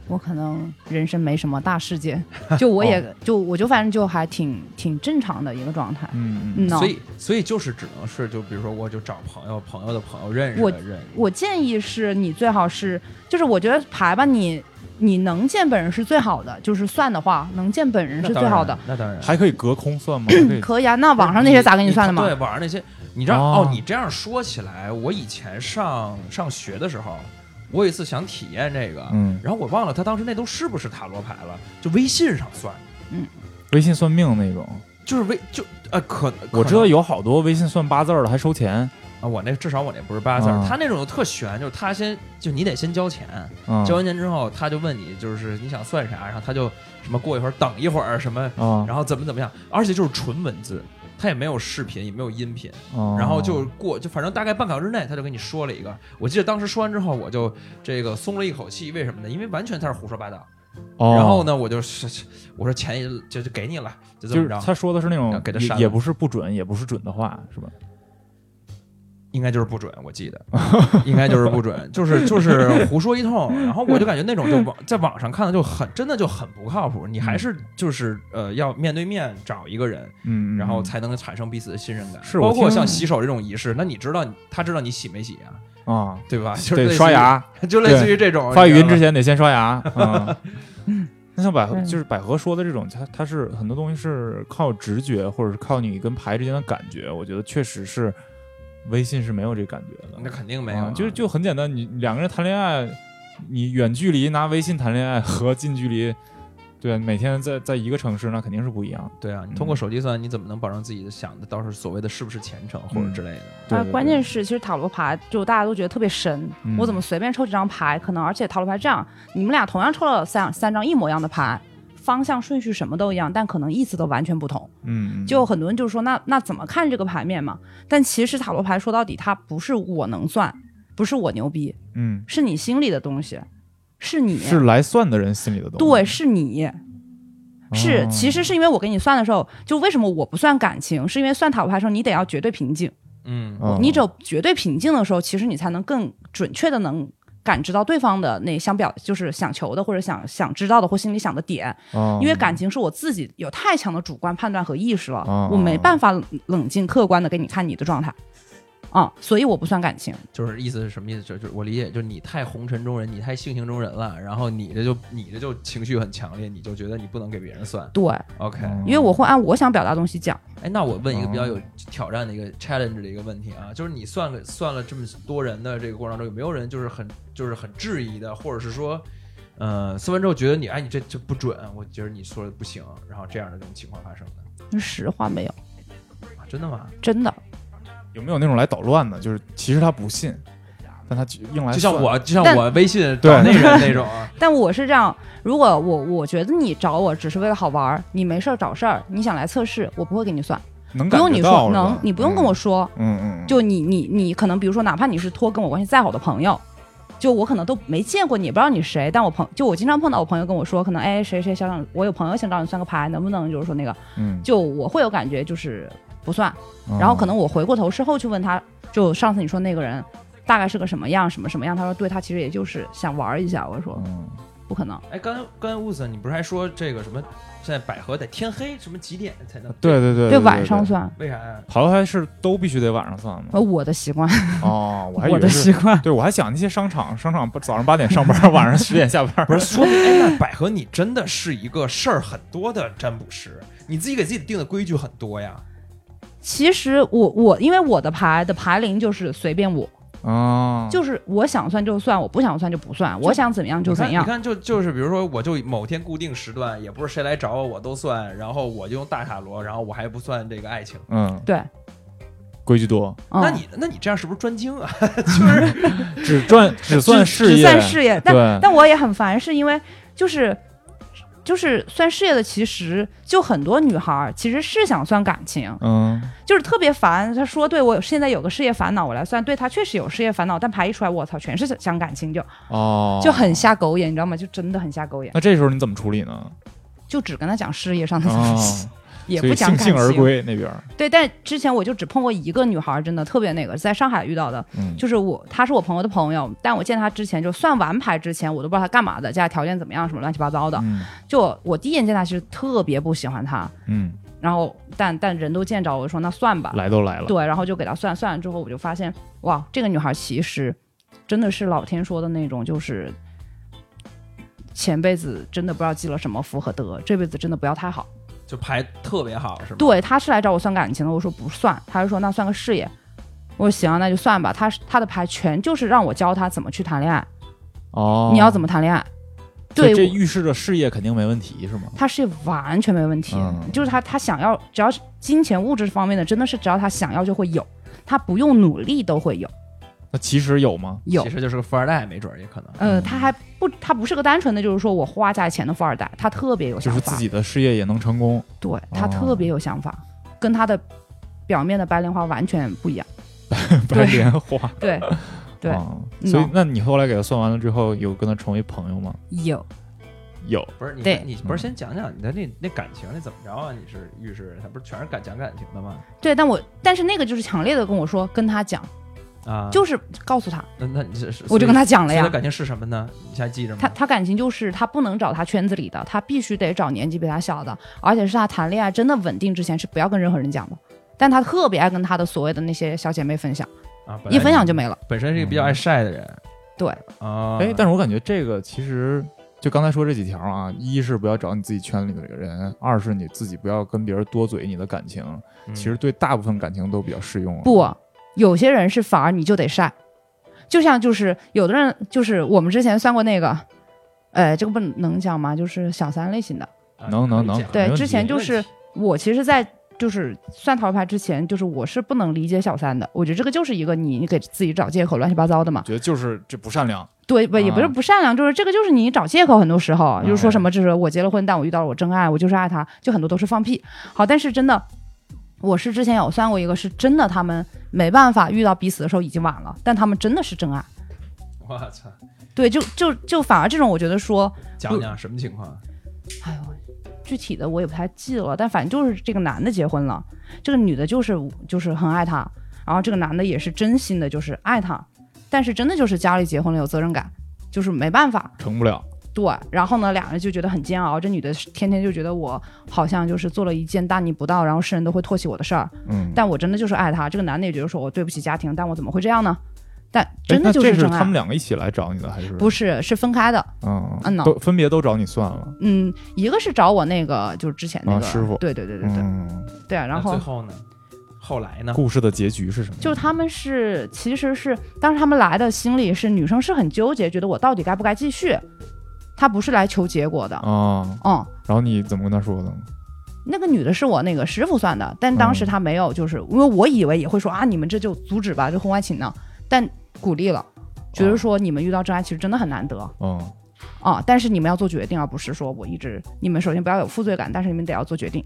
我可能人生没什么大世界，就我也、就我就反正就还挺挺正常的一个状态。
嗯
嗯
嗯
呐
所以所以就是只能是就比如说我就找朋友，朋友的朋友认识
我
的认识，
我建议是你最好是，就是我觉得牌吧，你你能见本人是最好的，就是算的话，能见本人
那
是
当
最好
然
的。，
那当然。
嗯还可以隔空算 吗？可以
可以啊，那网上那些咋给你算的嘛？
对，网上那些，你知道哦
哦
你这样说起来，我以前上上学的时候，我有一次想体验这个，
嗯，
然后我忘了他当时那都是不是塔罗牌了，就微信上算，
微信算命那种，
就是微就呃可
我
可
知道
能
有好多微信算八字儿的还收钱，
啊，我那至少我那不是八字儿，
啊
他那种特悬，就是他先就你得先交钱，
啊
交完钱之后他就问你就是你想算啥，然后他就什么过一会儿等一会儿什么，
啊，
然后怎么怎么样，而且就是纯文字，他也没有视频也没有音频，
哦
然后就过，就反正大概半小时之内，他就跟你说了一个。我记得当时说完之后，我就这个松了一口气，为什么呢？因为完全他是胡说八道。
哦
然后呢，我就是我说钱也就就给你了，就
就
这么
是
着，
他说的是那
然后
种
给他
也
删了
也不是不准，也不是准的话，是吧？
应该就是不准，我记得应该就是不准， 就是就是胡说一通。然后我就感觉那种就网在网上看的就很真的就很不靠谱，你还是就是呃要面对面找一个人，
嗯，嗯
然后
嗯
才能产生彼此的信任感。
是我
包括
听
像洗手这种仪式，那你知道他知道你洗没洗啊？
啊，
对吧？就是类
得
似于
刷，牙，
就类似于这种
发语
哦你知道吧
音之前得先 刷牙。嗯，那像百合，
嗯
就是百合说的这种，它它是很多东西是靠直觉，或者是靠你跟牌之间的感觉。我觉得确实是微信是没有这感觉的，
那肯定没有啊，
啊就就很简单，你两个人谈恋爱，你远距离拿微信谈恋爱和近距离，对，啊每天在在一个城市，那肯定是不一样。
对啊。你通过手机算，你怎么能保证自己的想的到时候所谓的是不是虔诚
嗯
或者之类的？
对
啊，
对
关
对
键是其实塔罗牌就大家都觉得特别神，
嗯
我怎么随便抽几张牌？可能而且塔罗牌这样，你们俩同样抽了三三张一模一样的牌，方向顺序什么都一样，但可能意思都完全不同。
嗯，嗯
就很多人就说那那怎么看这个牌面嘛？但其实塔罗牌说到底，它不是我能算，不是我牛逼，
嗯
是你心里的东西，是你
是来算的人哦心里的东西。
对，是你。是，
哦
其实是因为我给你算的时候，就为什么我不算感情，是因为算塔罗牌的时候，你得要绝对平静。
嗯
哦
你只有绝对平静的时候，其实你才能更准确的能感知到对方的那想表，就是想求的或者想想知道的或心里想的点。
哦
因为感情是我自己有太强的主观判断和意识了，
哦
我没办法冷冷静客观的给你看你的状态。啊、所以我不算感情，
就是意思是什么意思？就就是我理解，就是你太红尘中人，你太性情中人了，然后你这就你这就情绪很强烈，你就觉得你不能给别人算。
对，
OK，
哦
因为我会按我想表达的东西讲，
哎，那我问一个比较
哦
有挑战的一个 challenge 的一个问题啊，就是你算了算了这么多人的这个过程中，有没有人就是很就是很质疑的，或者是说，呃，算完之后觉得你哎你这这不准，我觉得你说的不行，然后这样的这种情况发生的
实话没有，
啊？真的吗？
真的。
有没有那种来捣乱的？就是其实他不信，但他就硬啊来算。
就像我，就像
但
我微 信
对
找那人那种 啊，
但我是这样，如果我我觉得你找我只是为了好玩儿，你没事儿找事儿，你想来测试，我不会给你算，
能
不
感
用你
觉到
说，
是吧
能，你不用跟我，说，
嗯嗯，嗯
就你你你可能比如说，哪怕你是托跟我关系再好的朋友，就我可能都没见过你，也不知道你谁，但我朋就我经常碰到我朋友跟我说，可能哎谁谁想让我有朋友想找你算个牌，能不能就是说那个，
嗯，
就我会有感觉就是不算，
嗯
然后可能我回过头事后去问他，就上次你说那个人大概是个什么样什么什么样，他说对他其实也就是想玩一下，我说
嗯
不可能，
哎，刚才刚才乌森，你不是还说这个什么，现在百合得天黑什么几点才能？
对对对
对晚上，算，
为啥啊呀？
塔罗牌是都必须得晚上算吗？
呃我的习惯，
哦，我还以
我
为
的
是
习，惯，
对我还想那些商场，商场不早上八点上班， 晚上十点下班，
不是说明哎，那百合你真的是一个事儿很多的占卜师，你自己给自己定的规矩很多呀。
其实我我因为我的牌的牌龄就是随便我。
啊，
就是我想算就算，我不想算就不算，我想怎么样就
你
怎
看，你
样。
看就就是比如说，我就某天固定时段，也不是谁来找我我都算，然后我就用大塔罗，然后我还不算这个爱情，
嗯，
对，
规矩多，
嗯、
那你那你这样是不是专精啊？就是
只赚只算事
只
业，
算事业，但
对
但我也很烦，是因为就是就是算事业的，其实就很多女孩儿其实是想算感情，
嗯
就是特别烦。她说对我有现在有个事业烦恼，我来算，对她确实有事业烦恼，但排一出来，我操，全是想感情，就
哦，
就很瞎狗眼，你知道吗？就真的很瞎狗眼，
那这时候你怎么处理呢？
就只跟她讲事业上的
哦
东西，， 也
所
不
以
讲
悻
感
悻
情。
而归那边儿，
对，但之前我就只碰过一个女孩儿，真的特别那个，在上海遇到的，
嗯，
就是我，他是我朋友的朋友，但我见他之前，就算完牌之前，我都不知道他干嘛的，家条件怎么样，什么乱七八糟的。
嗯
就我第一眼见他，其实特别不喜欢他，
嗯，
然后但但人都见着，我就说那算吧，
来都来了，
对，然后就给他算，算完之后我就发现，哇，这个女孩其实真的是老天说的那种，就是前辈子真的不知道积了什么福和德，这辈子真的不要太好。
就排特别好是吗？
对，他是来找我算感情的，我说不算，他就说那算个事业，我说行啊，那就算吧。他他的牌全就是让我教他怎么去谈恋爱。
哦，
你要怎么谈恋爱？
所以
对，
这
我
预示着事业肯定没问题是吗？
他是完全没问题，
嗯
就是他他想要，只要是金钱物质方面的，真的是只要他想要就会有，他不用努力都会有
那其实有吗？
有
其。实就是个富二代，没准儿也可能。
呃，他还不，他不是个单纯的，就是说我花家钱的富二代，他特别有
就
想
是
法，
自己的事业也能成 功，
对他特别有想法，跟他的表面的白莲花完全不一样。
哦 白莲花。
对， 对
啊
嗯
所以那你后来给他算完了之后，有跟他成为朋友吗？
有
有，
不是你
对
你
嗯
不是先讲讲你的那那感情那怎么着啊？你是遇事他不是全是感讲感情的吗？
对，但我但是那个就是强烈的跟我说，跟他讲，
啊，
就是告诉他，
那那你这是
我就跟他讲了
所以
呀
他。感情是什么呢？你还记着吗？
他他感情就是他不能找他圈子里的，他必须得找年纪比他小的，而且是他谈恋爱真的稳定之前是不要跟任何人讲的。但他特别爱跟他的所谓的那些小姐妹分享，
啊，本来
一分享就没了。
本身是一个比较爱晒的人
对，嗯
啊。
嗯哎，但是我感觉这个其实就刚才说这几条啊，一是不要找你自己圈里的人，二是你自己不要跟别人多嘴你的感情，
嗯
其实对大部分感情都比较适用啊。
不，有些人是反而你就得晒，就像就是有的人就是我们之前算过那个，呃，这个不能讲吗？就是小三类型的。
啊
能能能
可以讲
没
对，
问
之
题
前
没
就
问
是
题
我其实，在就是算桃牌之前，就是我是不能理解小三的，我觉得这个就是一个你你给自己找借口乱七八糟的嘛。
觉得就是这不善良，
对，不也不是
啊
不善良，就是这个就是你找借口，很多时候就是说什么，就是我结了婚，但我遇到了我真爱，我就是爱他，就很多都是放屁。好，但是真的，我是之前有算过一个，是真的，他们没办法遇到彼此的时候已经晚了，但他们真的是真爱。
我操，
对，就就就反而这种，我觉得说，
讲
嗯
讲什么情况？
哎呦，具体的我也不太记了，但反正就是这个男的结婚了，这个女的就是就是很爱他，然后这个男的也是真心的，就是爱他，但是真的就是家里结婚了有责任感，就是没办法，
成不了。
对，然后呢，俩人就觉得很煎熬。这女的是天天就觉得我好像就是做了一件大逆不道，然后世人都会唾弃我的事儿。
嗯，
但我真的就是爱他。这个男的也觉得说我对不起家庭，但我怎么会这样呢？但
哎
真的
那
就
这是
真
他
爱
们，两个一起来找你的还是？
不是是分开的。
嗯
嗯呐
都分别都找你算了。
嗯，一个是找我那个就是之前那个、
啊师傅
对对对对对、
嗯，
对啊。然
那
后嗯
最后呢？后来呢？
故事的结局是什么？
就是他们是其实是当时他们来的心里是女生是很纠结，觉得我到底该不该继续。他不是来求结果的，
啊，
嗯，
然后你怎么跟他说的？
那个女的是我那个师傅算的，但当时她没有，就是因为我以为也会说啊，你们这就阻止吧，这婚外情呢，但鼓励了，觉得说你们遇到真爱其实真的很难得
嗯，
啊，但是你们要做决定，而不是说我一直你们首先不要有负罪感，但是你们得要做决定。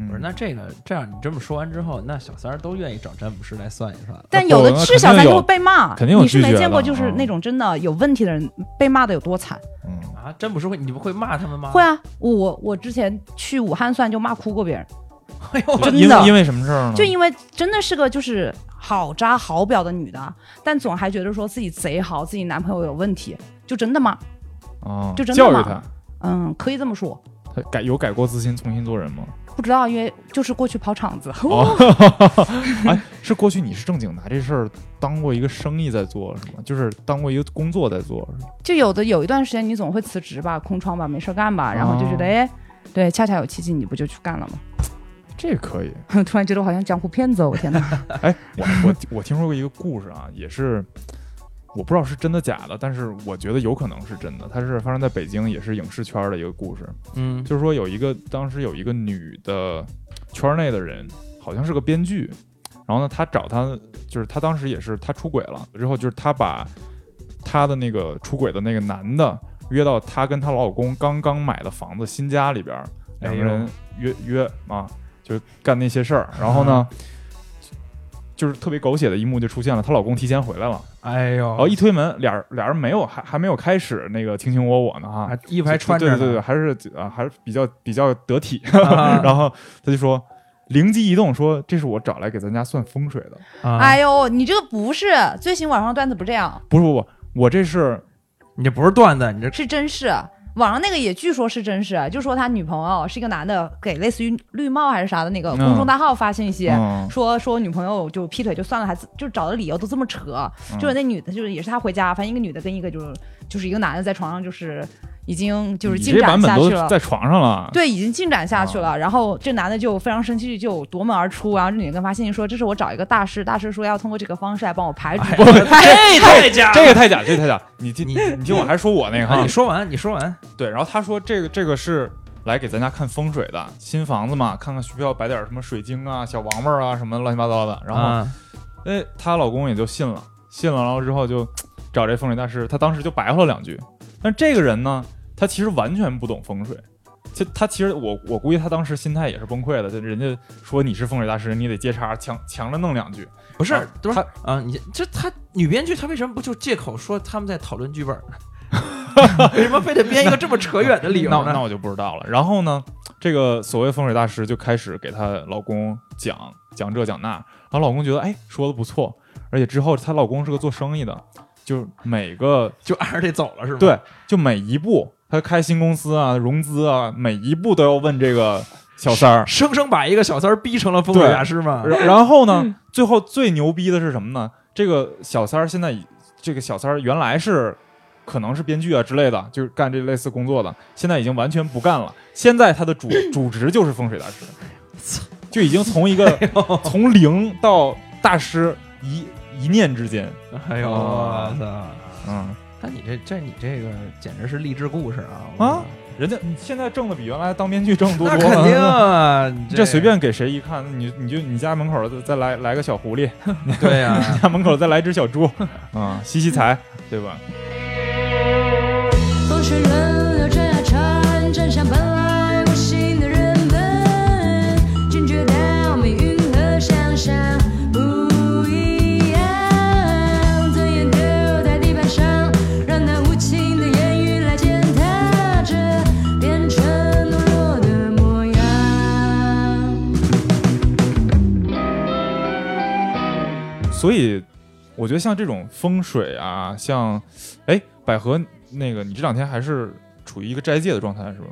嗯
不是，那这个这样你这么说完之后，那小三儿都愿意找占卜师来算一算。
但
不
有的
那肯
是
定
小三就
有
会被骂，
肯定有
你是
拒
没
绝
见过
的
就是
嗯
那种真的有问题的人被骂的有多惨。
嗯，
啊，占卜师会你不会骂他们吗？
会。啊，我我我之前去武汉算就骂哭过别人，
哎呦，
哦真的
因
啊
为因为什么事儿呢？
就因为真的是个就是好渣好婊的女的，但总还觉得说自己贼好，自己男朋友有问题，就真的骂，
啊，
就真的
教育他，
吗嗯，可以这么说。
他改有改过自新，重新做人吗？
不知道，因为就是过去跑场子，
哦， 哎，是过去你是正经拿这事儿当过一个生意在做是吗？就是当过一个工作在做是吗？
就有的有一段时间你总会辞职吧，空窗吧，没事儿干吧，然后就觉得
哦
哎，对，恰恰有契机，你不就去干了吗？
这可以。
突然觉得我好像江湖骗子哦，我天哪！
哎，我我我听说过一个故事啊，也是我不知道是真的假的，但是我觉得有可能是真的。它是发生在北京，也是影视圈儿的一个故事。
嗯，
就是说有一个当时有一个女的圈内的人，好像是个编剧，然后呢，他找他就是他当时也是他出轨了之后，就是他把他的那个出轨的那个男的约到她跟她老公刚刚买的房子新家里边儿，两个人约约啊，就干那些事儿。然后呢，就是特别狗血的一幕就出现了，她老公提前回来了，
哎呦，
哦然后一推门，俩人俩人没有还还没有开始那个卿卿我我呢哈，
啊衣服还穿着
对
呢，
对对对，还是啊还是比较比较得 体。
啊
然后他就说。灵机一动说：“这是我找来给咱家算风水的，
啊
哎呦，你这个不是最新网上段子不这样，
不是不不，我这是
你这不是段子，你这
是真事。啊网上那个也据说是真事，啊就说他女朋友是一个男的，给类似于绿帽还是啥的那个
嗯
公众大号发信息，
嗯
说说女朋友就劈腿就算了，还自就找的理由都这么扯，
嗯
就是那女的，就是也是他回家，反正一个女的跟一个就是就是一个男的在床上就是已经就是
你
进
这
展
版本
下
都
去了。
在啊床上了，
对，已经进展下去了。然后这男的就非常生气，就夺门而出。然后这女的跟发信息说：“这是我找一个大师，大师说要通过这个方式来帮我
哎
排除。 哎
这太假
这个太假，这个太假。你听
你
你听，我还是说我那个
哎
啊！
哈
你，说完，你说完，
对。然后他说这个这个是来给咱家看风水的，新房子嘛，看看需不需要摆点什么水晶啊、小王八啊什么乱七八糟的。然后
啊
哎，她老公也就信了，信了，然后之后就找这风水大师，他当时就白话了两句。但这个人呢，他其实完全不懂风水。其他其实我我估计他当时心态也是崩溃的，就人家说你是风水大师，你得接茬强强着弄两句，
不是
啊
不是
他
啊，你这他女编剧她为什么不就借口说他们在讨论剧本呢？ 为什么非得编一个这么扯远的理由
那那
呢？
我就不知道了。然后呢，这个所谓风水大师就开始给她老公讲讲这讲那，然后老公觉得哎说的不错，而且之后她老公是个做生意的，就每个
就按着这走了是吗？
对，就每一步他开新公司啊、融资啊，每一步都要问这个小三儿。
生生把一个小三儿逼成了风水大师嘛？
然然后
嗯
呢，最后最牛逼的是什么呢？这个小三儿现在已这个小三儿原来是可能是编剧啊之类的，就是干这类似工作的，现在已经完全不干了。现在他 的主主职就是风水大师，就已经从一个从零到大师一一念之间，
哎呦我操！
嗯，
那你这这你这个简直是励志故事啊！
啊人家现在挣的比原来当编剧挣得多
那
多了，
肯定啊，你
这随便给谁一看，你你就你家门口再来来个小狐狸，
对啊呀、
家门口再来只小猪， 啊，吸吸财，对吧？
风水轮流转呀转，转向本来无心的人们，惊觉到命运和想象不一样。尊严丢在地板上，让那无情的言语来践踏着，变成懦弱的模样。
所以我觉得像这种风水啊，像哎百合那个，你这两天还是处于一个斋戒的状态是吧？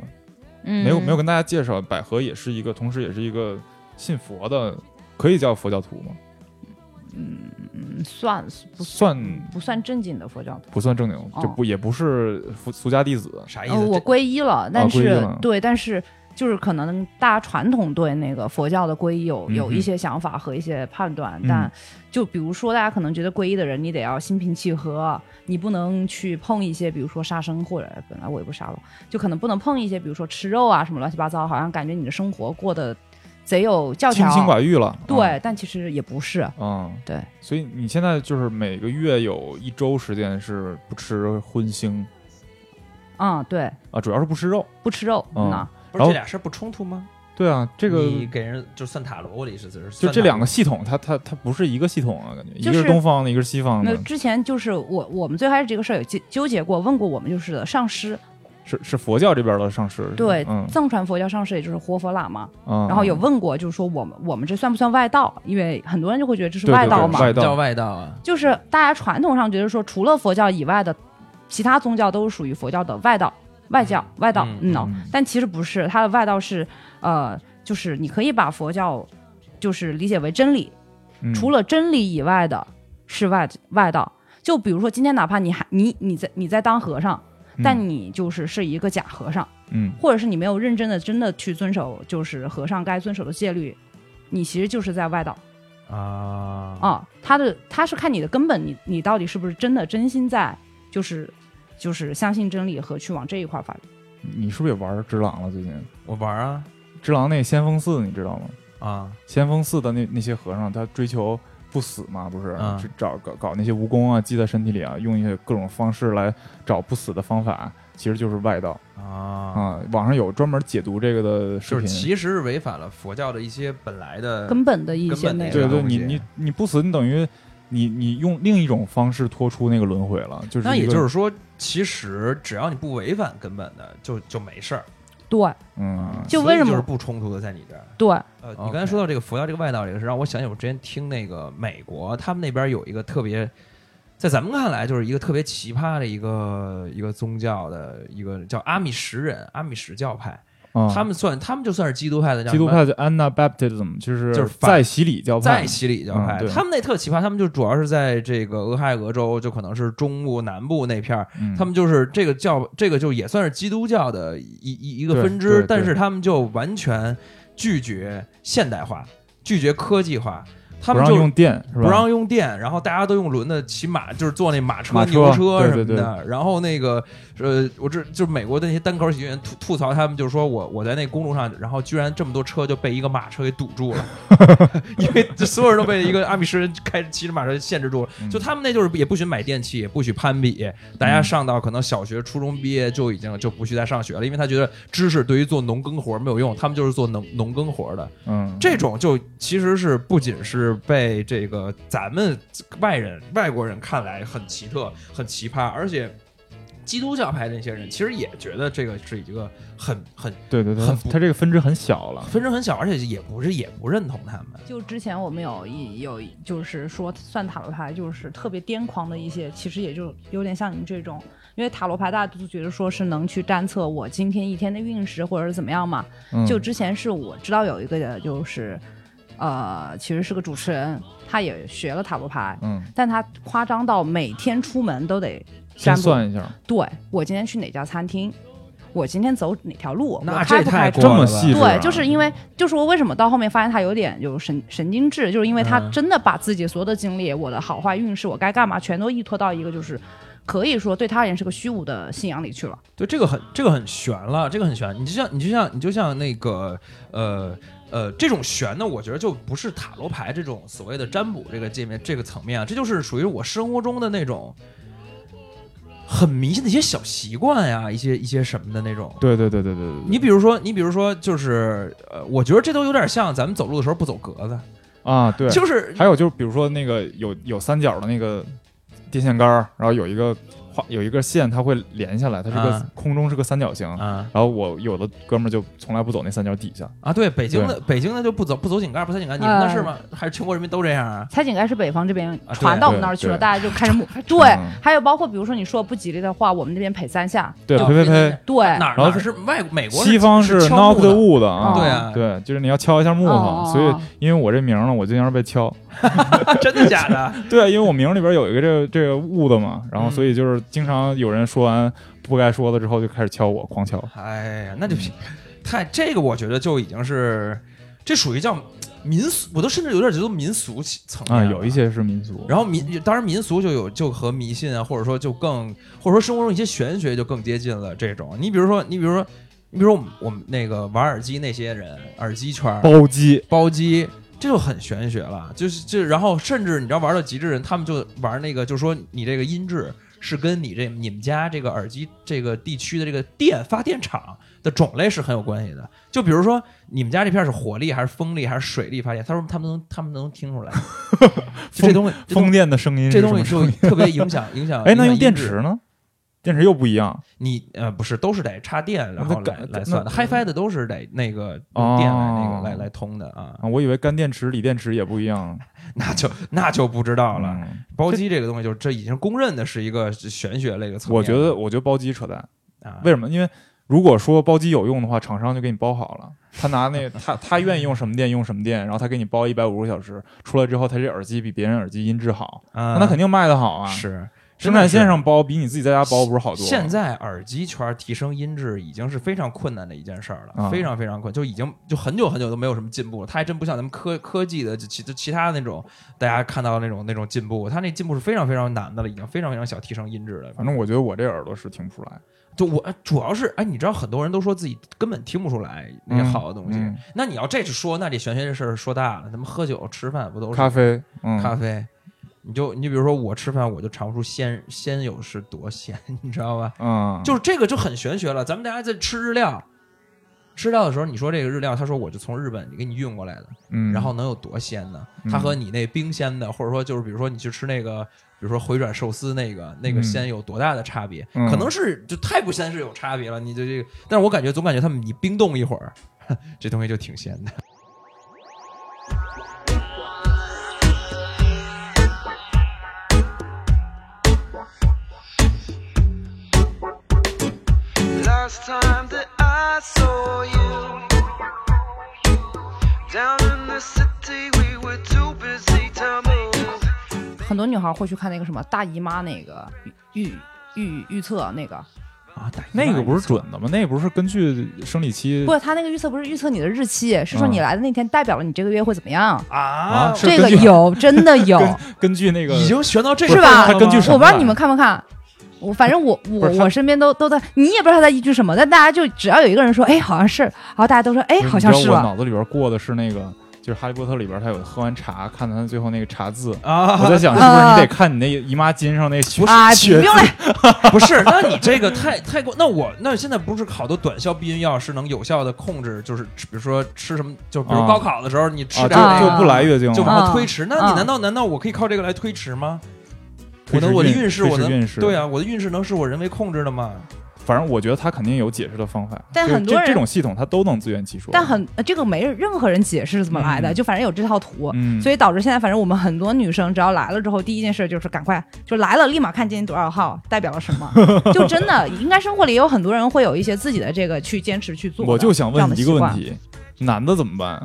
嗯
没有没有跟大家介绍，百合也是一个，同时也是一个信佛的，可以叫佛教徒吗？
嗯算不哦
算
不算正经的佛教徒？
不算正经，就不也不是俗俗家弟子。
啥意
呃，
思？
我
这
皈依了，但
哦皈依
是、
了
对，但是就是可能大家传统对那个佛教的皈依有有
嗯
一
哼
些想法和一些判断，
嗯
但就比如说大家可能觉得皈依的人，你得要心平气和，你不能去碰一些，比如说杀生或者本来我也不杀了，就可能不能碰一些，比如说吃肉啊什么乱七八糟，好像感觉你的生活过得贼有教条
清。心寡欲嗯了，
对，但其实也不是，
嗯，嗯
对，
所以你现在就是每个月有一周时间是不吃荤腥
嗯，对，
啊，主要是不吃肉。
不吃肉，
嗯
嗯呐
不是
然
这
后
俩事儿不冲突吗？
对啊，这个
你给人就算塔罗的意思就是
就
算
这
塔
两个系统，它它它不是一个系统啊，感觉一
就
个是
是
东方的，一个是西方
那
的，
之前就是我我们最开始这个事儿有纠纠结过，问过我们就是的上师，
是是佛教这边的上师。
对，
嗯，
藏传佛教上师也就是活佛喇嘛，
嗯
然后有问过，就是说我们我们这算不算外道？因为很多人就会觉得这是
对对
外
对
道嘛，
外
罗叫
道，
外道啊。
就是大家传统上觉得说，除了佛教以外的其他宗教都是属于佛教的外道、外教、外道，
嗯
嗯哦
嗯
但其实不是，它的外道是呃，就是你可以把佛教就是理解为真理，
嗯
除了真理以外的是外外道。就比如说今天，哪怕你还你你在你在当和尚，但你就是是一个假和尚。
嗯
或者是你没有认真的真的去遵守就是和尚该遵守的戒律，你其实就是在外道
啊
啊。他的他是看你的根本，你你到底是不是真的真心在就是就是相信真理和去往这一块儿发展。
嗯，你是不是也玩只狼了？最近
我玩啊，
只狼那先锋寺你知道吗？
啊，
先锋寺的那那些和尚，他追求不死嘛，不是？
嗯
去找搞搞那些蜈蚣啊，系在身体里啊，用一些各种方式来找不死的方法，其实就是外道
啊，
啊、网上有专门解读这个的视
就
频。
是其实是违反了佛教的一些本来的
根本的一些
根本的
内
对
容。
对，
了
你
啊解
你你不死，你等于你你用另一种方式脱出那个轮回了，就是
那
一
也
个
就是说，其实只要你不违反根本的，就就没事儿。
对
嗯，
就
所以
为什么
就是不冲突的在你这儿？
对，
呃，你
OK
刚才说到这个佛教这个外道这个事，让我想起我之前听那个美国他们那边有一个特别，在咱们看来就是一个特别奇葩的一个一个宗教的一个叫阿米什人，阿米什教派，
啊
他们算他们就算是基督派的叫什
基督
么
派的 Anabaptism 就是
就是反
再洗礼教派
再，洗礼教
嗯
派，
对
他们那特奇葩，他们就主要是在这个俄亥俄州，就可能是中部南部那片儿，
嗯
他们就是这个教，这个就也算是基督教的一一一个
对
分
对
支
对，
但是他们就完全拒绝现代化，拒绝科技化，他
不
们
让
就
用电是吧？
不让用电，然后大家都用轮子骑马，就是坐那马车、
马车
牛车
对
什么的。
对
然后那个呃，我这就是美国的那些单口喜剧人吐吐槽他们，就是说我我在那公路上，然后居然这么多车就被一个马车给堵住 了，因为这所有人都被一个阿米什人开骑着马车限制住了。
嗯
就他们那就是也不许买电器，也不许攀比，大家上到可能小学、初中毕业就已经就不许再上学了，因为他觉得知识对于做农耕活没有用，他们就是做农农耕活的。
嗯，
这种就其实是不仅是被这个咱们外人、外国人看来很奇特、很奇葩，而且基督教派那些人其实也觉得这个是一个很很
对对对
很，不
它这个分支很小了，
分支很小，而且也不是也不认同他们。
就之前我们有一有一就是说算塔罗牌，就是特别癫狂的一些，其实也就有点像你这种，因为塔罗牌大家都觉得说是能去占测我今天一天的运势或者是怎么样嘛。
嗯
就之前是我知道有一个就是，呃，其实是个主持人，他也学了塔罗牌，
嗯，
但他夸张到每天出门都得占
先
卜。
算一下，
对我今天去哪家餐厅，我今天走哪条路，
那
我开
这
不
太
开
过
车
这么细致啊，
对，就是因为就是我为什么到后面发现他有点有神神经质，就是因为他
嗯
真的把自己所有的精力、我的好坏运势、我该干嘛，全都依托到一个就是可以说对他而言是个虚无的信仰里去了。
对，这个很这个很悬了，这个很悬。你就像你就像你就像那个呃呃这种悬呢，我觉得就不是塔罗牌这种所谓的占卜这个界面这个层面啊，这就是属于我生活中的那种很迷信的一些小习惯呀、一些一些什么的那种。
对对对对对对，对
你比如说，你比如说，就是呃，我觉得这都有点像咱们走路的时候不走格子，
啊，对，
就是
还有就是，比如说那个有有三角的那个电线杆儿，然后有一个画有一个线，它会连下来，它是个、
啊
空中是个三角形。
啊
然后我有的哥们儿就从来不走那三角底下，
啊，对，北京的北京的就不走不走井盖，不踩井盖，你们那是吗？还是全国人民都这样啊？
猜井盖是北方这边
啊
传
对
到我们那儿去了，
对
大家就开始抹。对
嗯，
还有包括比如说你说不吉利的话，我们那边赔三下。
对，
啊
呸呸呸
对，
对，
哪儿
然后
哪儿是外美国是
西方
是敲
knock
木的
the wood 啊，
对
啊
对，就是你要敲一下木头，
哦哦哦
所以因为我这名儿呢，我经常被敲，
啊真的假的？
对，因为我名儿里边有一个这个这个 wood 嘛，然后
嗯
所以就是经常有人说完不该说的之后就开始敲我，狂敲，
哎呀，那就太这个，我觉得就已经是这属于叫民俗，我都甚至有点觉得民俗起层面
啊，
了
有一。些是民俗，
嗯然后民，当然民俗就有就和迷信啊，或者说就更，或者说生活中一些玄学就更接近了这种。你比如说，你比如说，你比如说我们我们那个玩耳机那些人，耳机圈儿
包机，
包机，这就很玄学了。就是这，然后甚至你知道玩到极致的人，他们就玩那个，就说你这个音质是跟你这你们家这个耳机这个地区的这个电发电厂的种类是很有关系的。就比如说你们家这片是火力还是风力还是水力发电，他说他们能他们能听 出来，就这东西这东
风电的声音
这
是什
东
么
西
声
就特别影响影响。
哎，
影响
那用
音
电
质
池呢？电池又不一样
你呃不是都是得插电，然
那
后来
干
来算的。
那
HiFi 的都是得那个用电来那
哦
个来来通的啊，
啊！我以为干电池、锂电池也不一样。
那就那就不知道了。
嗯
包机这个东西，就是这已经公认的是一个玄学类的层面。
我觉得，我觉得包机扯淡。
啊，
为什么？因为如果说包机有用的话，厂商就给你包好了。他拿 那他他愿意用什么电用什么电，然后他给你包一百五十小时。出来之后，他这耳机比别人耳机音质好，
啊
那他肯定卖的好啊。
是
生产线。
真的是
上包比你自己在家包不是好多吗？啊
现在耳机圈提升音质已经是非常困难的一件事儿了，
啊
非常非常困，就已经就很久很久都没有什么进步了。它还真不像咱们科科技的就其就其他那种大家看到的那种那种
嗯
进步，它那进步是非常非常难的了，已经非常非常小提升音质了。
反正我觉得我这耳朵是听不出来。
就我主要是哎，你知道很多人都说自己根本听不出来那些
嗯
好的东西。
嗯
那你要这是说，那这玄学这事儿说大了，咱们喝酒吃饭不都是
咖啡，嗯，
咖啡？你就你比如说我吃饭，我就尝不出鲜鲜有是多鲜， 你知道吧？
嗯，
就是这个就很玄学了。咱们大家在吃日料，吃料的时候，你说这个日料，他说我就从日本给你运过来的，
嗯，
然后能有多鲜呢？
嗯
它和你那冰鲜的，或者说就是比如说你去吃那个，比如说回转寿司那个那个
嗯
鲜有多大的差别？
嗯
可能是就太不鲜是有差别了。你这这个，但是我感觉总感觉他们你冰冻一会儿， 这东西就挺鲜的。
Last time that I saw you down in the city, we were too busy to move.
很多女孩会去看那个什么大姨妈那个预预预测那个，
啊，大姨妈
那个不是准的吗？那个不是根据生理期
不，他那个预测不是预测你的日期，是说
嗯
你来的那天代表了你这个月会怎么样。
啊
啊？，是
这
根
个
据
有，真的有，
根据那个
已经悬到这个
是吧
份儿了
它根据
吗
什么
我不知道你们看不看。我反正我
不
我
是他
我身边都都在，你也不知道他在依据什么，但大家就只要有一个人说，哎，好像是，然后大家都说，哎，
就是
好像
你
是
知道我
吧？
脑子里边过的是那个，就是《哈利波特》里边他有喝完茶，看他最后那个茶字。
啊，
我在想，是不是你得看你那姨妈巾上那血
啊，
血
不用了，
不是，那你这个太太过，那我那现在不是好多短效避孕药是能有效的控制，就是比如说吃什么，就比如
啊
高考的时候你吃
啊，
点
就
那
就
个
不来月经
就
了，
往后
啊
推迟。那你
啊
难道难道我可以靠这个来推迟吗？我
推迟
能我的
运
运势
推
我
迟
能
运势
对啊，我的运势能是我人为控制的吗？
反正我觉得他肯定有解释的方法。
但
就
很多
这这
人
种系统他都能自圆其说。
但很呃这个没任何人解释怎么来的，
嗯
就反正有这套图，
嗯，
所
以
以导致现在反正我们很多女生只要来了之后，第一件事就是赶快就来了，立马看今天多少号，代表了什 么，就真的应该生活里也有很多人会有一些自己的这个去坚持去做的。
我就想
这样
问
的
你一
习
个问
惯，
题：男的怎么办？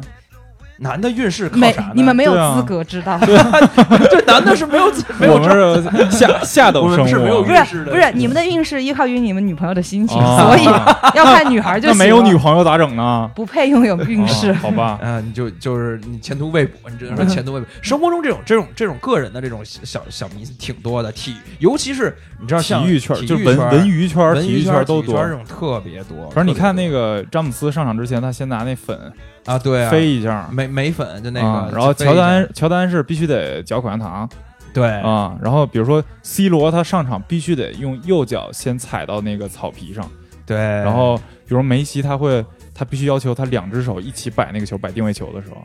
男的运势靠
没
啥呢？
你们没有
对啊
资格知道。
这男的是没有自 没有
我们是下下
我
等
们
生
是没有
物
不
运
啊，
势
是
的
不是，你们的运势依靠于你们女朋友的心情，
啊
所以要看女孩就
那
行。
没有女朋友咋整呢？
不配拥有运势
啊，好吧，
啊，你就就是你前途未卜，你只能说前途未卜。生活中这种这种这种个人的这种小小迷思挺多的，体尤其是你知道像
体育圈儿
体
就
育
是文
圈儿
文娱圈儿、
文
体
娱
育
圈儿
儿都
体育圈
多
儿。这种特别多。
反正你看那
个
个詹姆斯上场之前，他先拿那粉
啊，对啊，
飞一下，
美美粉就那
啊
个，
然后
就飞
乔
一下哎
丹乔丹是必须得嚼口香糖
对
啊，然后比如说 C 罗他上场必须得用右脚先踩到那个草皮上，
对，
然后比如梅西他会他必须要求他两只手一起摆那个球摆定位球的时候，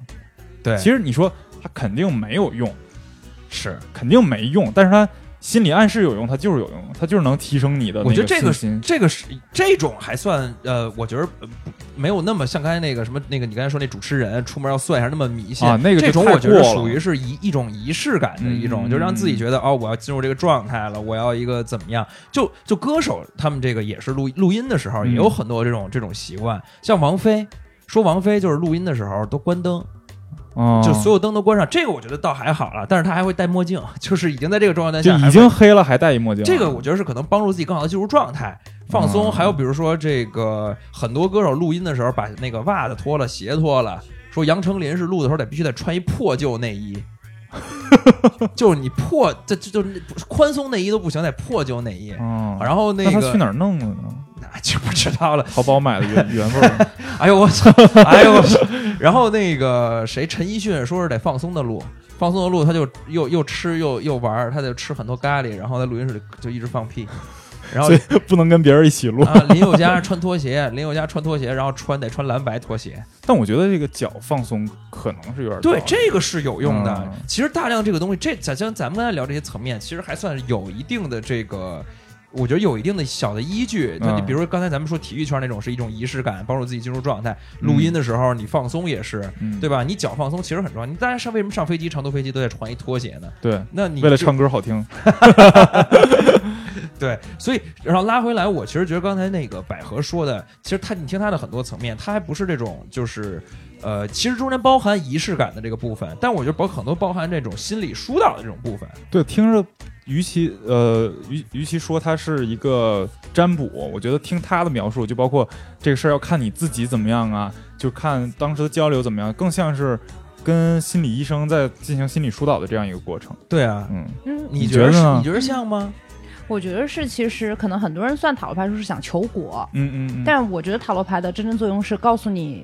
对，
其实你说他肯定没有用，
是
肯定没用，但是他心理暗示有用，他就是有用，他就是能提升你的
我
那
觉得这个
信
是
心。
这个是这种还算呃，我觉得呃不没有那么像刚才那个什么那个你刚才说那主持人出门要算一下那么迷信
啊那个就
这种
太
我觉得
过了
属于是一一种仪式感的
嗯
一种，就让自己觉得哦，我要进入这个状态了，我要一个怎么样？就就歌手他们这个也是录录音的时候
嗯
也有很多这种这种习惯，像王菲。说王菲就是录音的时候都关灯，
啊，
就所有灯都关上，这个我觉得倒还好了。但是她还会戴墨镜， 就是已经在这个状态
就
下还
已
会
经黑了还戴一墨镜，
这个我觉得是可能帮助自己更好的进入状态、放松。
嗯
还有比如说，这个很多歌手录音的时候，把那个袜子脱了，鞋脱了。说杨丞琳是录的时候得必须得穿一破旧内衣， 就是你破这这就是宽松内衣都不行，得破旧内衣。
啊，
然后那
那
个
他去哪儿弄的呢？
那 就不知道了。
淘宝买 的原原味儿，
哎呦我操！哎呦我操！然后那个谁，陈奕迅说是得放松的录，放松的录，他就又又吃又又玩儿，他就吃很多咖喱，然后在录音室里就一直放屁。然后
所以不能跟别人一起录。
啊，林宥嘉穿拖鞋， 林宥嘉穿拖鞋，然后穿得穿蓝白拖鞋。
但我觉得这个脚放松可能是有点
对，
道理
这个是有用的。
嗯
其实大量这个东西，这咱像咱们刚才聊这些层面，其实还算是有一定的这个。我觉得有一定的小的依据，那
嗯
就比如说刚才咱们说体育圈那种是一种仪式感，帮助自己进入状态。
嗯
录音的时候你放松也是，
嗯
对吧？你脚放松其实很重要。你大家上为什么上飞机长途飞机都得穿一拖鞋呢？
对，
那你
为了
就
唱歌好听，
对，所以然后拉回来，我其实觉得刚才那个百合说的，其实他你听他的很多层面，他还不是这种就是呃，其实中间包含仪式感的这个部分，但我觉得包很多包含这种心理疏导的这种部分。
对，听着，与其呃，与与其说它是一个占卜，我觉得听他的描述，就包括这个事儿要看你自己怎么样啊，就看当时的交流怎么样，更像是跟心理医生在进行心理疏导的这样一个过程。
对啊，
嗯，
嗯，
你
你
觉得
觉得
是
呢
你觉得像吗？
我觉得是，其实可能很多人算塔罗牌就是想求果，
嗯嗯嗯，
但我觉得塔罗牌的真正作用是告诉你，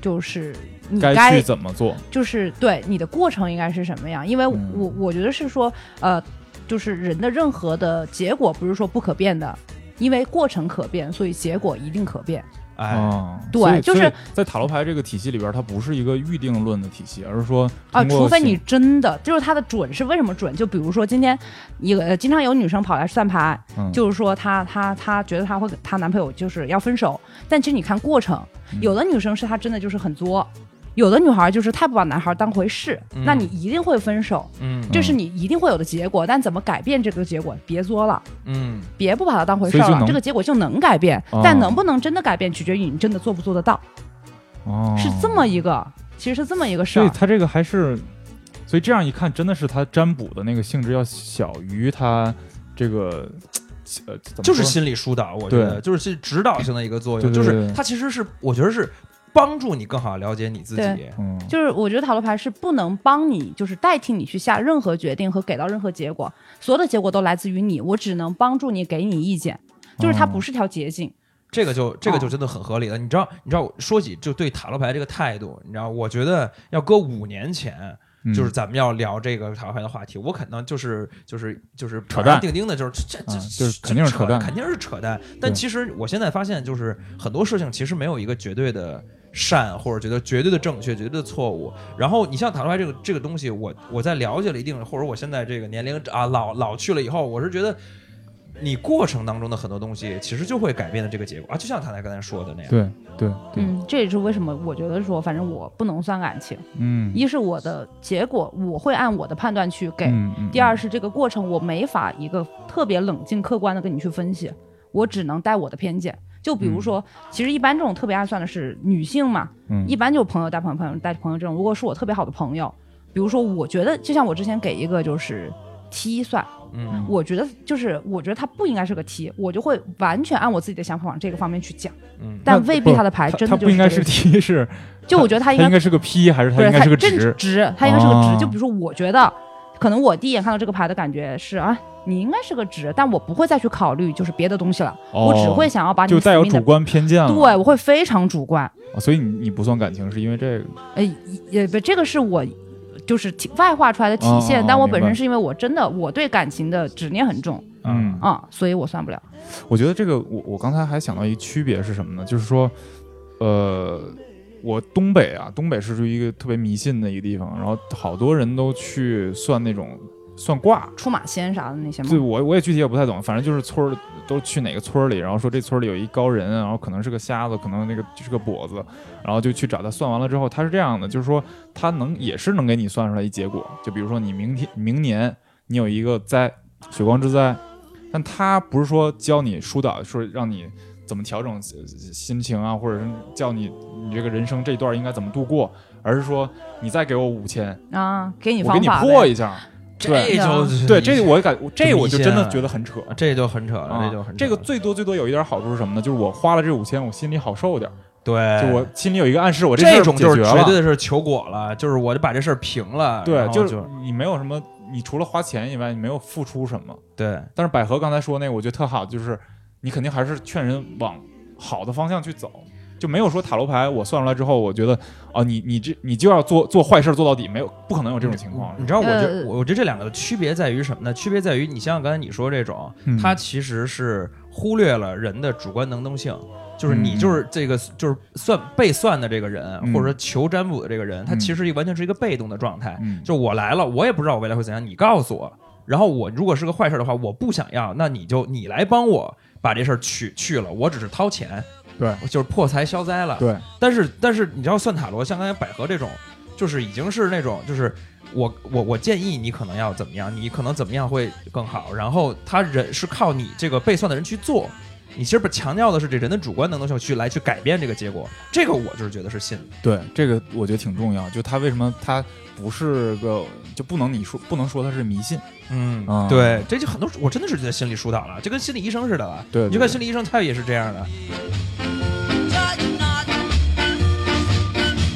就是你该
该去怎么做？
就是对你的过程应该是什么样？因为我、
嗯
我觉得是说，呃，就是人的任何的结果不是说不可变的，因为过程可变，所以结果一定可变。
哎，
啊，
对
所以
就是
所以在塔罗牌这个体系里边，它不是一个预定论的体系，而是说
啊，
通过
除非你
行
真的就是它的准是为什么准？就比如说今天一个、呃经常有女生跑来算牌，
嗯
就是说她她她觉得她会跟她男朋友就是要分手，但其实你看过程，
嗯
有的女生是她真的就是很作，有的女孩就是太不把男孩当回事，
嗯
那你一定会分手，
嗯
这是你一定会有的结果。但怎么改变这个结果？别作了，
嗯
别不把它当回事
所以
儿
就
了，
能
这个结果就能改变
哦，
但能不能真的改变，取决于你真的做不做得到，
哦
是这么一个，其实是这么一个事
所以
儿。
它这个还是，所以这样一看，真的是它占卜的那个性质要小于它这个，呃，怎么
就是
说
心理疏导，我觉得
对
就是指导性的一个作用，
对对
就
对
是
对
它其实是我觉得是帮助你更好了解你自己
对。
嗯，
就是我觉得塔罗牌是不能帮你，就是代替你去下任何决定和给到任何结果，所有的结果都来自于你，我只能帮助你，给你意见，就是它
哦
不是条捷径。
这个就这个就真的很合理了。你知道，你知道，说起就对塔罗牌这个态度，你知道，我觉得要搁五年前，
嗯
就是咱们要聊这个塔罗牌的话题，我可能就是就是就是
扯淡
钉钉的，就是这这
啊
这
就是肯定是扯淡
肯定是扯淡。但其实我现在发现，就是很多事情其实没有一个绝对的。善或者觉得绝对的正确、绝对的错误，然后你像塔罗牌这个这个东西，我我在了解了一定，或者我现在这个年龄啊老老去了以后，我是觉得你过程当中的很多东西，其实就会改变了这个结果啊，就像他才刚才说的那样，
对对对，
嗯，这也是为什么我觉得说，反正我不能算感情，
嗯，
一是我的结果我会按我的判断去给，
嗯嗯
第二是这个过程我没法一个特别冷静客观的跟你去分析，我只能带我的偏见。就比如说，其实一般这种特别爱算的是女性嘛，
嗯
一般就是朋友带朋友，朋友带朋友这种。如果是我特别好的朋友，比如说我觉得，就像我之前给一个就是 T 算，
嗯，
我觉得就是我觉得他不应该是个 T，我就会完全按我自己的想法往这个方面去讲，
嗯
但
那
未必
不
他的牌
它
真
它
的
不
就是
应该
这
是
个
T，是
就我觉 得他
它
应该
应该是个 P，还是它
不
应
是
该
他
是个
真
值？
直，他应该是个
哦
直。就比如说，我觉得可能我第一眼看到这个牌的感觉是啊，你应该是个直，但我不会再去考虑就是别的东西了，我只
哦
会想要把你
就带有
死命地
主观偏见了。
对，我会非常主观。
哦所以你你不算感情，是因为这个。
呃，也不，这个是我就是体外化出来的体现，
哦哦哦
但我本
明
身
白
是因为我真的我对感情的执念很重
嗯
啊、所以我算不了。
我觉得这个，我我刚才还想到一个区别是什么呢？就是说，呃，我东北啊，东北是属于一个特别迷信的一个地方，然后好多人都去算那种算卦。
出马仙啥的那些
对
嘛，
我我也具体也不太懂，反正就是村儿都去哪个村儿里，然后说这村儿里有一高人，啊然后可能是个瞎子，可能那个就是个跛子，然后就去找他算完了之后，他是这样的，就是说他能也是能给你算出来一结果，就比如说你明天明年你有一个灾血光之灾，但他不是说教你疏导，说让你怎么调整呃心情啊，或者是教你你这个人生这一段应该怎么度过，而是说你再给我五千，
啊，给你
我给
方
你
法
破
呗。
一下。
这就是
对，这个我感，这我就真
迷信
的
啊
觉得很扯。
这就很扯了，
啊
这就很扯
这个
了
最多最多有一点好处是什么呢？就是我花了这五千，我心里好受点儿，
对，
就我心里有一个暗示，我事
这
儿
种
解
就
决
是绝
了。
对是求果了，就是我就把这事儿平了，然
对，
后
就
就是
你没有什么，你除了花钱以外，你没有付出什么。
对，
但是百合刚才说那个，我觉得特好，就是你肯定还是劝人往好的方向去走，就没有说塔罗牌我算出来之后，我觉得啊，你你这你就要做做坏事做到底，没有不可能有这种情况。
你知道我这
呃
我我觉得这两个的区别在于什么呢？区别在于你像刚才你说这种，
嗯
它其实是忽略了人的主观能动性。就是你
嗯
就是这个就是算被算的这个人，
嗯
或者说求占卜的这个人，他
嗯
其实完全是一个被动的状态。
嗯
就我来了，我也不知道我未来会怎样，你告诉我。然后我如果是个坏事的话，我不想要，那你就你来帮我把这事儿去去了，我只是掏钱，
对，
就是破财消灾了。
对，
但是但是你知道算塔罗，像刚才百合这种，就是已经是那种就是。我我我建议你可能要怎么样，你可能怎么样会更好。然后他人是靠你这个被算的人去做，你其实不强调的是这人的主观能动性去来去改变这个结果。这个我就是觉得是信的。
对，这个我觉得挺重要。就他为什么他不是个就不能你说不能说他是迷信。
嗯
啊
对，这就很多，我真的是觉得心理疏导了，就跟心理医生似的了。
对对
你就看
对
心理医生，他也是这样的。
Judge not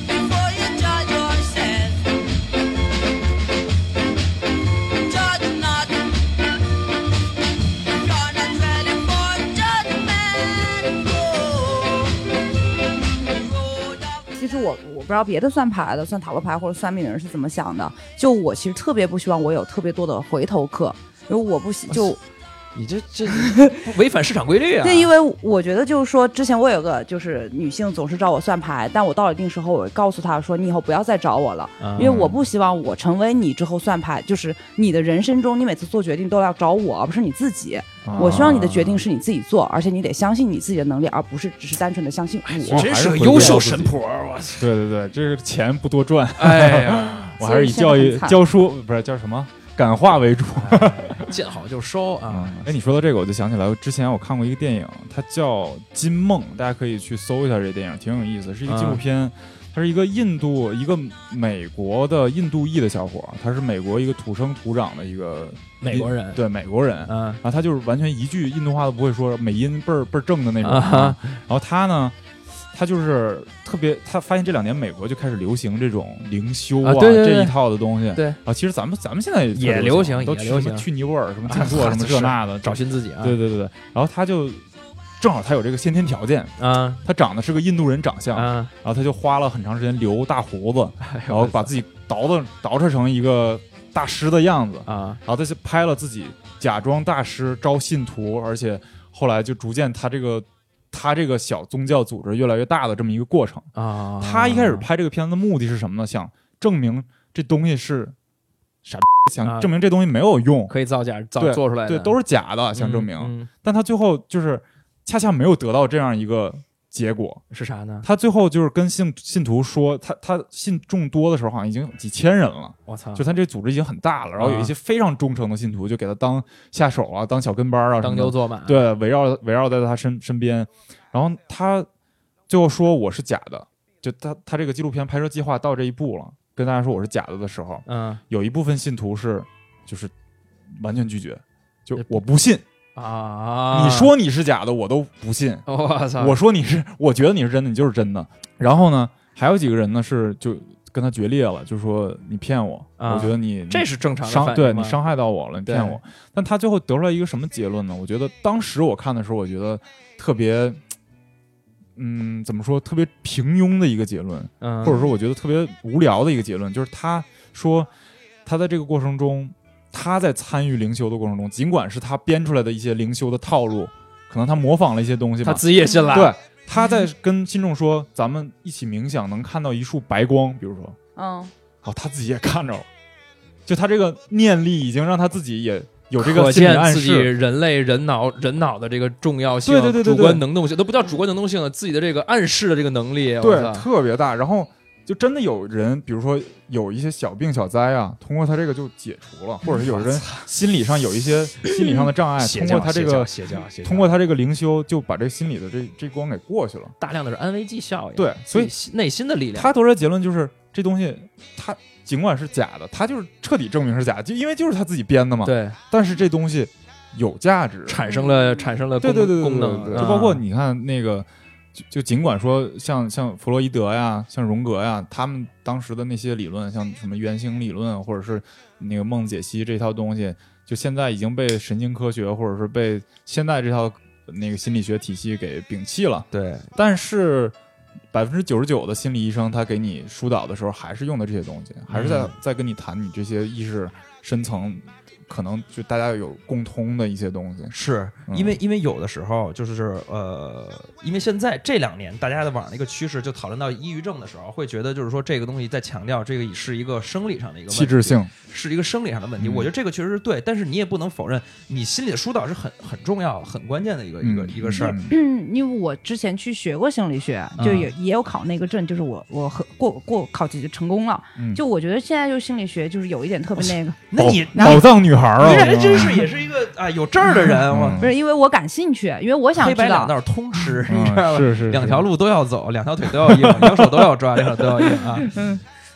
before you judge yourself. Judge not
知道别的算牌的、算塔罗牌或者算命的人是怎么想的。就我其实特别不希望我有特别多的回头客，因为我不喜就
你这 这违反市场规律啊！
那因为我觉得就是说，之前我有个就是女性总是找我算牌，但我到了一定时候，我会告诉她说，你以后不要再找我了，
嗯
因为我不希望我成为你之后算牌，就是你的人生中，你每次做决定都要找我，而不是你自己。我希望你的决定是你自己做，而且你得相信你自己的能力，而不是只是单纯的相信我。
真是
优秀神婆，我 操！
对对对，这个钱不多 赚，
哎呀，
我还是以教
所以现在
育
很惨
教书不是叫什么感化为主。
见好就收啊！
哎，你说到这个，我就想起来，之前我看过一个电影，它叫《金梦》，大家可以去搜一下这电影，挺有意思，是一个纪录片。它是一个印度，一个美国的印度裔的小伙儿，他是美国一个土生土长的一个
美国人，
对美国人，
嗯
啊然后他就是完全一句印度话都不会说，美音倍儿倍儿正的那种。
啊哈
然后他呢，他就是特别，他发现这两年美国就开始流行这种灵修
啊对对对
这一套的东西。
对
啊，其实咱们咱们现在
也
特
流行
都
也
去
流
什
行
么去尼泊尔什么静 坐什么这那的，
找寻自己啊！
对对对对。然后他就正好他有这个先天条件，
啊
他长得是个印度人长相，
啊！哎
然后他就花了很长时间留大胡子，然后把自己捯饬捯饬成一个大师的样子。
啊，
然后他就拍了自己假装大师招信徒，而且后来就逐渐他这个他这个小宗教组织越来越大的这么一个过程。
啊，
他一开始拍这个片子的目的是什么呢？想证明这东西是傻逼，
啊
想证明这东西没有用，
可以造假造
对
做出来的，嗯
对，都
是
是假的，想证明。但他最后就是恰恰没有得到这样一个结果。
是啥呢？
他最后就是跟信信徒说，他他信众多的时候好像已经有几千人了。
我操！
就他这组织已经很大了，然后
啊
有一些非常忠诚的信徒就给他当下手啊，当小跟班啊，
当牛
牛
做马，，
对，围绕围绕在他身身边，然后他最后说我是假的，就他他这个纪录片拍摄计划到这一步了，跟大家说我是假的的时候，
嗯
有一部分信徒是就是完全拒绝，就我不信，
啊，
你，说你是假的我都不信，
我操，
我说你是，我觉得你是真的，你就是真的。然后呢，还有几个人呢是就跟他决裂了，就说你骗我，
啊
我觉得你
这是正常的
伤
反应
对
吗
你伤害到我了，你骗我。但他最后得出来一个什么结论呢？我觉得当时我看的时候，我觉得特别，嗯，怎么说，特别平庸的一个结论，
嗯，
或者说我觉得特别无聊的一个结论，就是他说他在这个过程中，他在参与灵修的过程中，尽管是他编出来的一些灵修的套路，可能他模仿了一些东西吧，
他自己也信了，
对，他在跟信众说，咱们一起冥想，能看到一束白光，比如说，
嗯，
好，哦他自己也看着了，就他这个念力已经让他自己也有这
可
个心理
见
暗
自己
示，
人类人脑人脑的这个重要性，
对对对对
主观能动性都不叫主观能动性了，自己的这个暗示的这个能力，
对，
我操
特别大。然后就真的有人，比如说有一些小病小灾啊，通过他这个就解除了，或者是有人心理上有一些心理上的障碍，
邪
通
教
过他这
邪教
个
邪教邪教
通过他这个灵修，就把这心理的这这关给过去了。
大量的是安慰剂效应，
对所以
自己心内心的力量，
他得出来结论就是这东西，他尽管是假的，他就是彻底证明是假的，就因为就是他自己编的嘛。
对
但是这东西有价值，
产生了产生了
对
功
对对对
功
对
能，
对对
啊
就包括你看那个，就就尽管说像像弗洛伊德呀，像荣格呀，他们当时的那些理论，像什么原型理论，或者是那个梦解析这套东西，就现在已经被神经科学或者是被现在这套那个心理学体系给摒弃了，
对
但是。百分之九十九的心理医生，他给你疏导的时候，还是用的这些东西，还是在、
嗯
在跟你谈你这些意识深层，可能就大家有共通的一些东西。
是
嗯
因为因为有的时候就是呃，因为现在这两年大家的网上的一个趋势，就讨论到抑郁症的时候，会觉得就是说这个东西在强调这个是一个生理上的一个问
气质
题
性，
是一个生理上的问题。
嗯
我觉得这个确实是对，但是你也不能否认，你心理的疏导是很很重要、很关键的一个、一个一个事儿。
嗯
嗯， 因为我之前去学过心理学，就也、也有考那个证，就是我我和过过考级就成功了。
嗯
就我觉得现在就心理学就是有一点特别那个，
那你
宝宝藏女孩儿啊，
你这
我
人真是也是一个啊有证儿的人，
嗯
我
不是因为我感兴趣，因为我想
黑
知
白两
道。
道通吃， 你知道
嗯
吧？
是是
两条，路都要走，两条腿都要硬，两手都要抓，两手都要硬啊！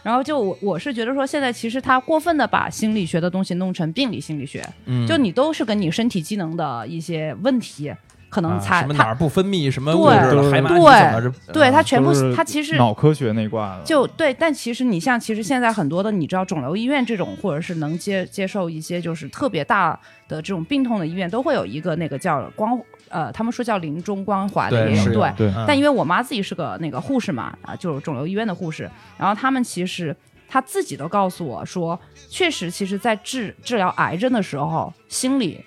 然后就我我是觉得说，现在其实他过分的把心理学的东西弄成病理心理学，
嗯
就你都是跟你身体机能的一些问题可能
啊
才、
什么
他
哪儿不分泌什么
对
物质了，海马体怎么
对
着？啊
对，它全部
都是
它其实
脑科学那挂的，
就对，但其实你像，其实现在很多的，你知道肿瘤医院这种，或者是能接接受一些就是特别大的这种病痛的医院，都会有一个那个叫光呃，他们说叫临终关怀的
对
也有
是
对。
对
嗯
但因为我妈自己是个那个护士嘛，啊，就是肿瘤医院的护士，然后他们其实她自己都告诉我说，确实，其实在治治疗癌症的时候，心理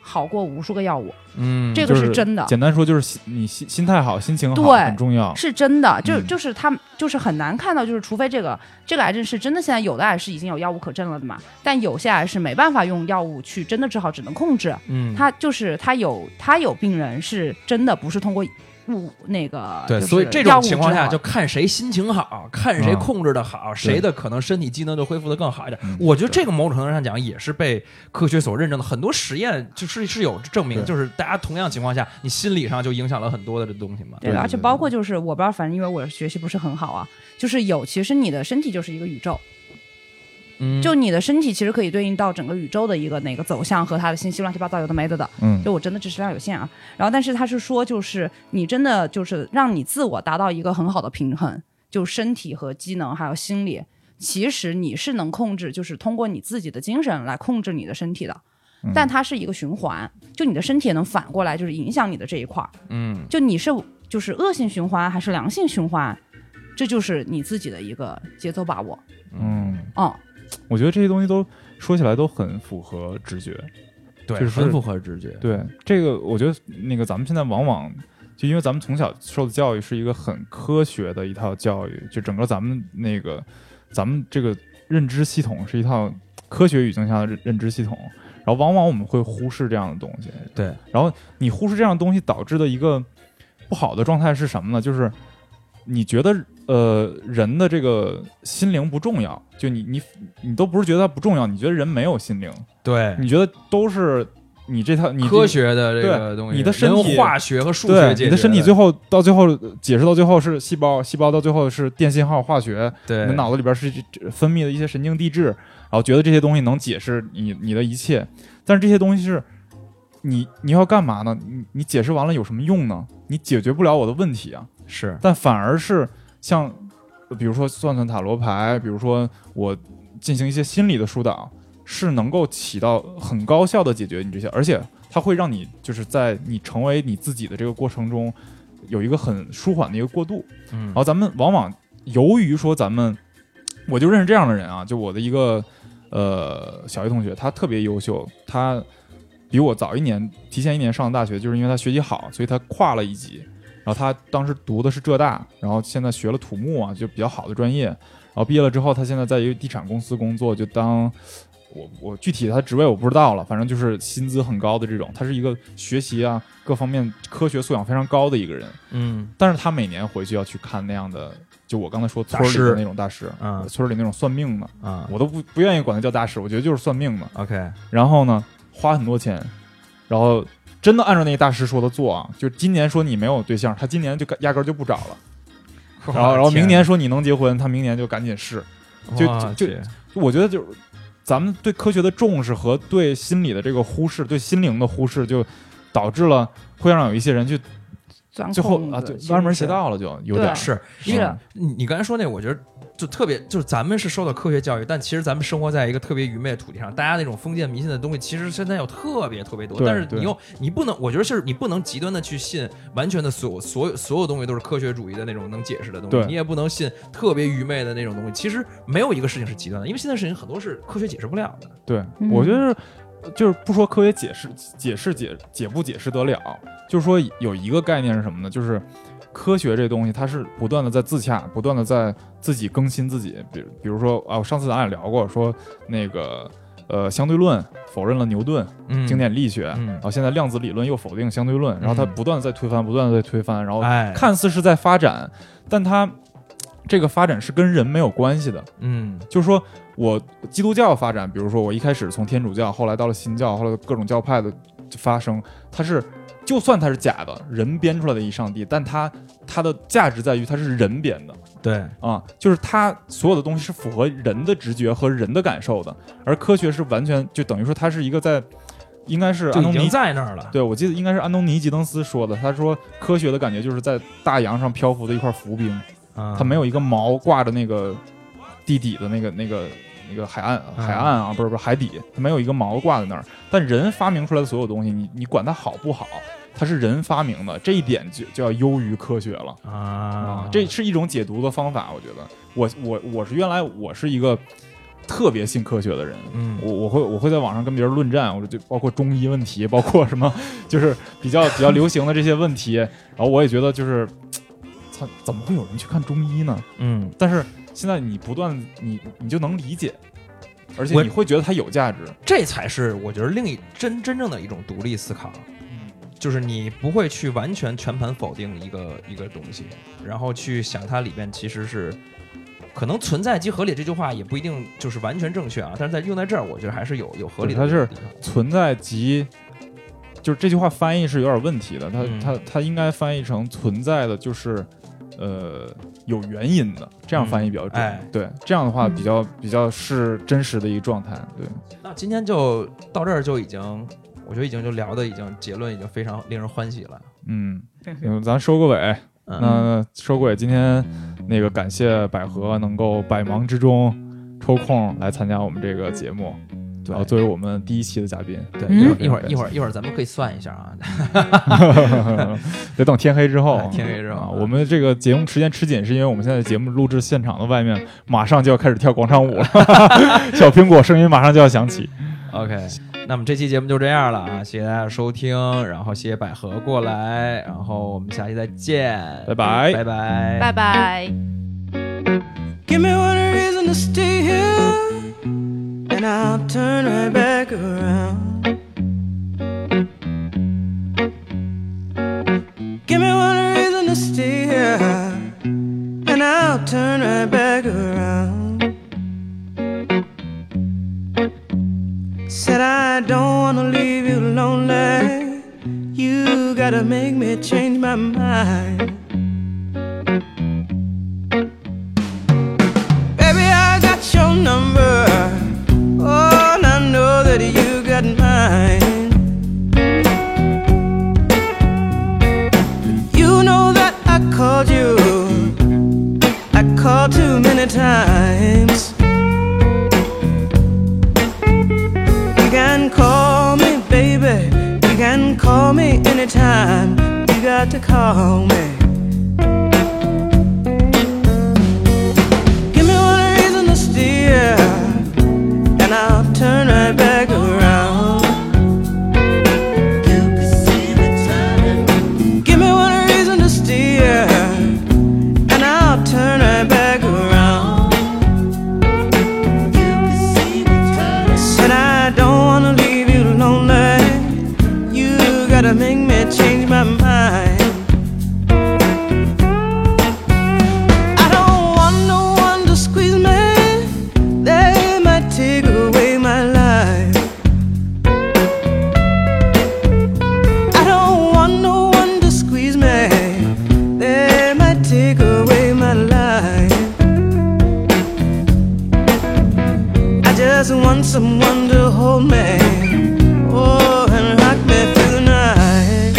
好过无数个药物，
嗯，
这个
就是
真的
简单说就是心你心心态好，心情好
对
很重
哦
要。
是真的，就
嗯
就是他们就是很难看到，就是除非这个这个癌症是真的，现在有的癌是已经有药物可治了的嘛，但有些癌是没办法用药物去真的治好，只能控制。
嗯，
他就是他有他有病人是真的不是通过物那
啊
个
对，
就是
所以这种
药物
情况
治
下
好
就看谁心情好，看谁
嗯
控制的好，谁的可能身体机能就恢复的更好一点
嗯。
我觉得这个某种程度上讲也是被科学所认证的，很多实验就是是有证明，
对
就是大家同样情况下，你心理上就影响了很多的这东西嘛。
对
对
的，
对
而且
对
包括就是我不知道，反正因为我学习不是很好啊，就是有其实你的身体就是一个宇宙，
嗯，
就你的身体其实可以对应到整个宇宙的一个哪个走向和它的信息乱七八糟有的没的的。
嗯，
就我真的知识量有限啊。然后，但是他是说，就是你真的就是让你自我达到一个很好的平衡，就身体和机能还有心理，其实你是能控制，就是通过你自己的精神来控制你的身体的。但它是一个循环，就你的身体也能反过来，就是影响你的这一块儿。
嗯，
就你是就是恶性循环还是良性循环，这就是你自己的一个节奏把握。
嗯，
嗯，
我觉得这些东西都说起来都很符合直觉。
对，
就是
很符合直觉。
对这个，我觉得那个咱们现在往往就因为咱们从小受的教育是一个很科学的一套教育，就整个咱们那个咱们这个认知系统是一套科学语境下的认认知系统，然后往往我们会忽视这样的东西。
对，
然后你忽视这样的东西导致的一个不好的状态是什么呢？就是你觉得呃人的这个心灵不重要，就你你你都不是觉得它不重要，你觉得人没有心灵，
对，
你觉得都是你这套你这
科学的这个东西，
你的身
人
体
化学和数学
对
解决，
你的身体最后到最后呃解释到最后是细胞，细胞到最后是电信号化学，
对
你的脑子里边是这这分泌的一些神经递质，然后觉得这些东西能解释你你的一切，但是这些东西是你你要干嘛呢？你你解释完了有什么用呢？你解决不了我的问题啊，
是
但反而是像呃比如说算算塔罗牌，比如说我进行一些心理的疏导，是能够起到很高效的解决你这些，而且它会让你就是在你成为你自己的这个过程中有一个很舒缓的一个过渡。
嗯
然后咱们往往由于说咱们，我就认识这样的人啊，就我的一个呃小学同学，他特别优秀，他比我早一年，提前一年上的大学，就是因为他学习好，所以他跨了一级。然后他当时读的是浙大，然后现在学了土木啊，就比较好的专业。然后毕业了之后，他现在在一个地产公司工作，就当我我具体他职位我不知道了，反正就是薪资很高的这种。他是一个学习啊各方面科学素养非常高的一个人。
嗯
但是他每年回去要去看那样的，就我刚才说村
大
里的
师
那种大师，
嗯
村里那种算命的，
啊
我都不不愿意管他叫大师，我觉得就是算命的。
，OK，
然后呢，花很多钱，然后真的按照那个大师说的做啊，就今年说你没有对象，他今年就压根儿就不找了，
哦
然后然后明年说你能结婚，他明年就赶紧试。就
哇
就
姐
就我觉得就是咱们对科学的重视和呃对心理的这个忽视，对心灵的忽视，就导致了会让有一些人去
钻
最后
空
啊，
子
就
其实
歪门邪
是
道了，就有点儿
对
是
是的
你你刚才说那个，我觉得就特别，就是咱们是受到科学教育，但其实咱们生活在一个特别愚昧的土地上，大家那种封建迷信的东西，其实现在有特别特别多。
对
但是
对
你又你不能，我觉得是你不能极端的去信完全的所有所有所有东西都是科学主义的那种能解释的东
对
西，你也不能信特别愚昧的那种东西。其实没有一个事情是极端的，因为现在事情很多是科学解释不了的。
对，
嗯
我觉得是呃就是不说科学解释解释解解不解释得了，就是说有一个概念是什么呢？就是科学这东西，它是不断的在自洽，不断的在自己更新自己。比如比如说啊，我上次咱俩聊过，说那个呃相对论否认了牛顿
嗯
经典力学，
嗯
然后现在量子理论又否定相对论，然后它
嗯
不断的在推翻，不断的在推翻，然后
哎，
看似是在发展，但它这个发展是跟人没有关系的。
嗯
就是说我基督教发展，比如说我一开始从天主教，后来到了新教，后来各种教派的发生，它是就算它是假的，人编出来的一上帝，但它它的价值在于它是人编的
对，
啊，就是它所有的东西是符合人的直觉和人的感受的，而科学是完全就等于说它是一个在应该是
就
安
已
东
经
尼，
在那儿了。
对我记得应该是安东尼·吉登斯说的，他说科学的感觉就是在大洋上漂浮的一块浮冰，
他
它没有一个锚挂着那个地底的那个那个那个海岸
嗯
海岸啊，不是不是海底，它没有一个锚挂在那儿。但人发明出来的所有东西，你你管它好不好，它是人发明的，这一点就就要优于科学了。
啊，
这是一种解读的方法，我觉得。我我我是原来我是一个特别信科学的人，
嗯
我我会我会在网上跟别人论战，我就包括中医问题，包括什么就是比较比较流行的这些问题，然后我也觉得就是，操，怎么会有人去看中医呢？
嗯，
但是现在你不断你你就能理解，而且
我
你会觉得它有价值。
这才是我觉得另一真真正的一种独立思考，
嗯，
就是你不会去完全全盘否定一个一个东西，然后去想它里面其实是可能存在即合理这句话也不一定就是完全正确啊，但是在用在这儿，我觉得还是有有合理的
对
地
它是
方。
存在即就是这句话翻译是有点问题的，它、
嗯
它它应该翻译成存在的就是呃有原因的，这样翻译比较准。
嗯哎
对，这样的话
嗯
比较、比较是真实的一个状态。对，
那今天就到这儿就已经，我觉得已经就聊的已经结论已经非常令人欢喜了。
嗯，嗯咱收个尾。
嗯，
那收尾，今天那个感谢百合能够百忙之中抽空来参加我们这个节目，然后作为我们第一期的嘉 宾，
对，
嗯
一会儿一会儿
哦对
一会儿一会儿咱们可以算一下啊，。
得等天黑之后
天黑之
啊，
后
我们这个节目时间吃紧，是因为我们现在节目录制现场的外面马上就要开始跳广场舞了， 小苹果声音马上就要响起。
OK，那么这期节目就这样了啊，谢谢大家的收听，然后谢谢百合过来，然后我们下期再见，
拜拜
拜拜，
拜拜。
Give me one reason to stay here, and I'll turn right back around. Give me one reason to stay here, and I'll turn right back around. Said I don't wanna leave you lonely. You gotta make me change my mind. Baby, I got your number. Oh, and I know that you got mine. You know that I called you. I called too many times. You can call me, baby. You can call me anytime. You got to call me. Give me one reason to steer, and I'll turn right back around. Give me one reason to steer, and I'll turn right back around. Said I don't wanna leave you lonely. You gotta make me change my mind. I don't want no one to squeeze me. They might take away my life. I don't want no one to squeeze me. They might take away my life. I just want someone to hold me. Oh, and rock me through the night.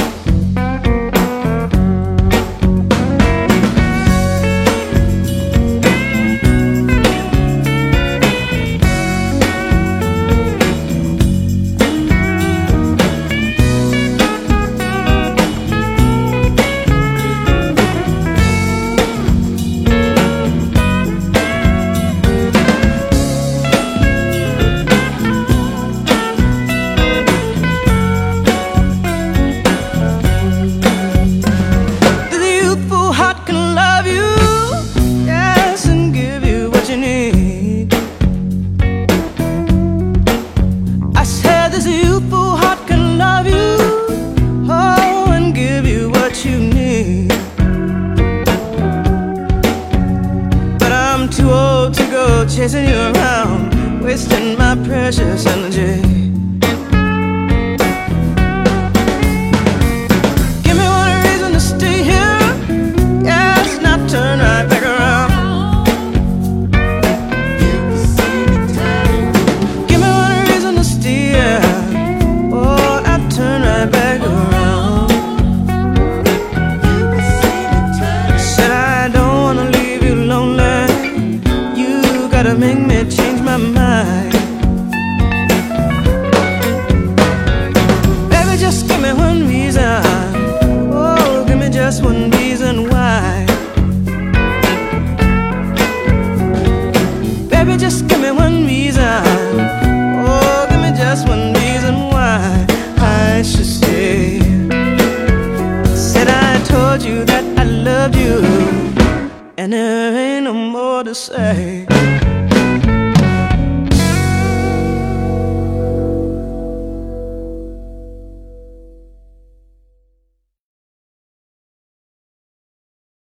The youthful heart can love you, yes, and give you what you need. I said this youthful heart can love you, oh, and give you what you need. But I'm too old to go chasing you around, wasting my precious energy. Give me one reason to stay here. Yes, now turn right back around. Give me one reason to stay here. Oh, to make me change my mind. Baby, just give me one reason. Oh, give me just one reason why. Baby, just give me one reason. Oh, give me just one reason why I should stay. Said I told you that I loved you, and there ain't no more to say.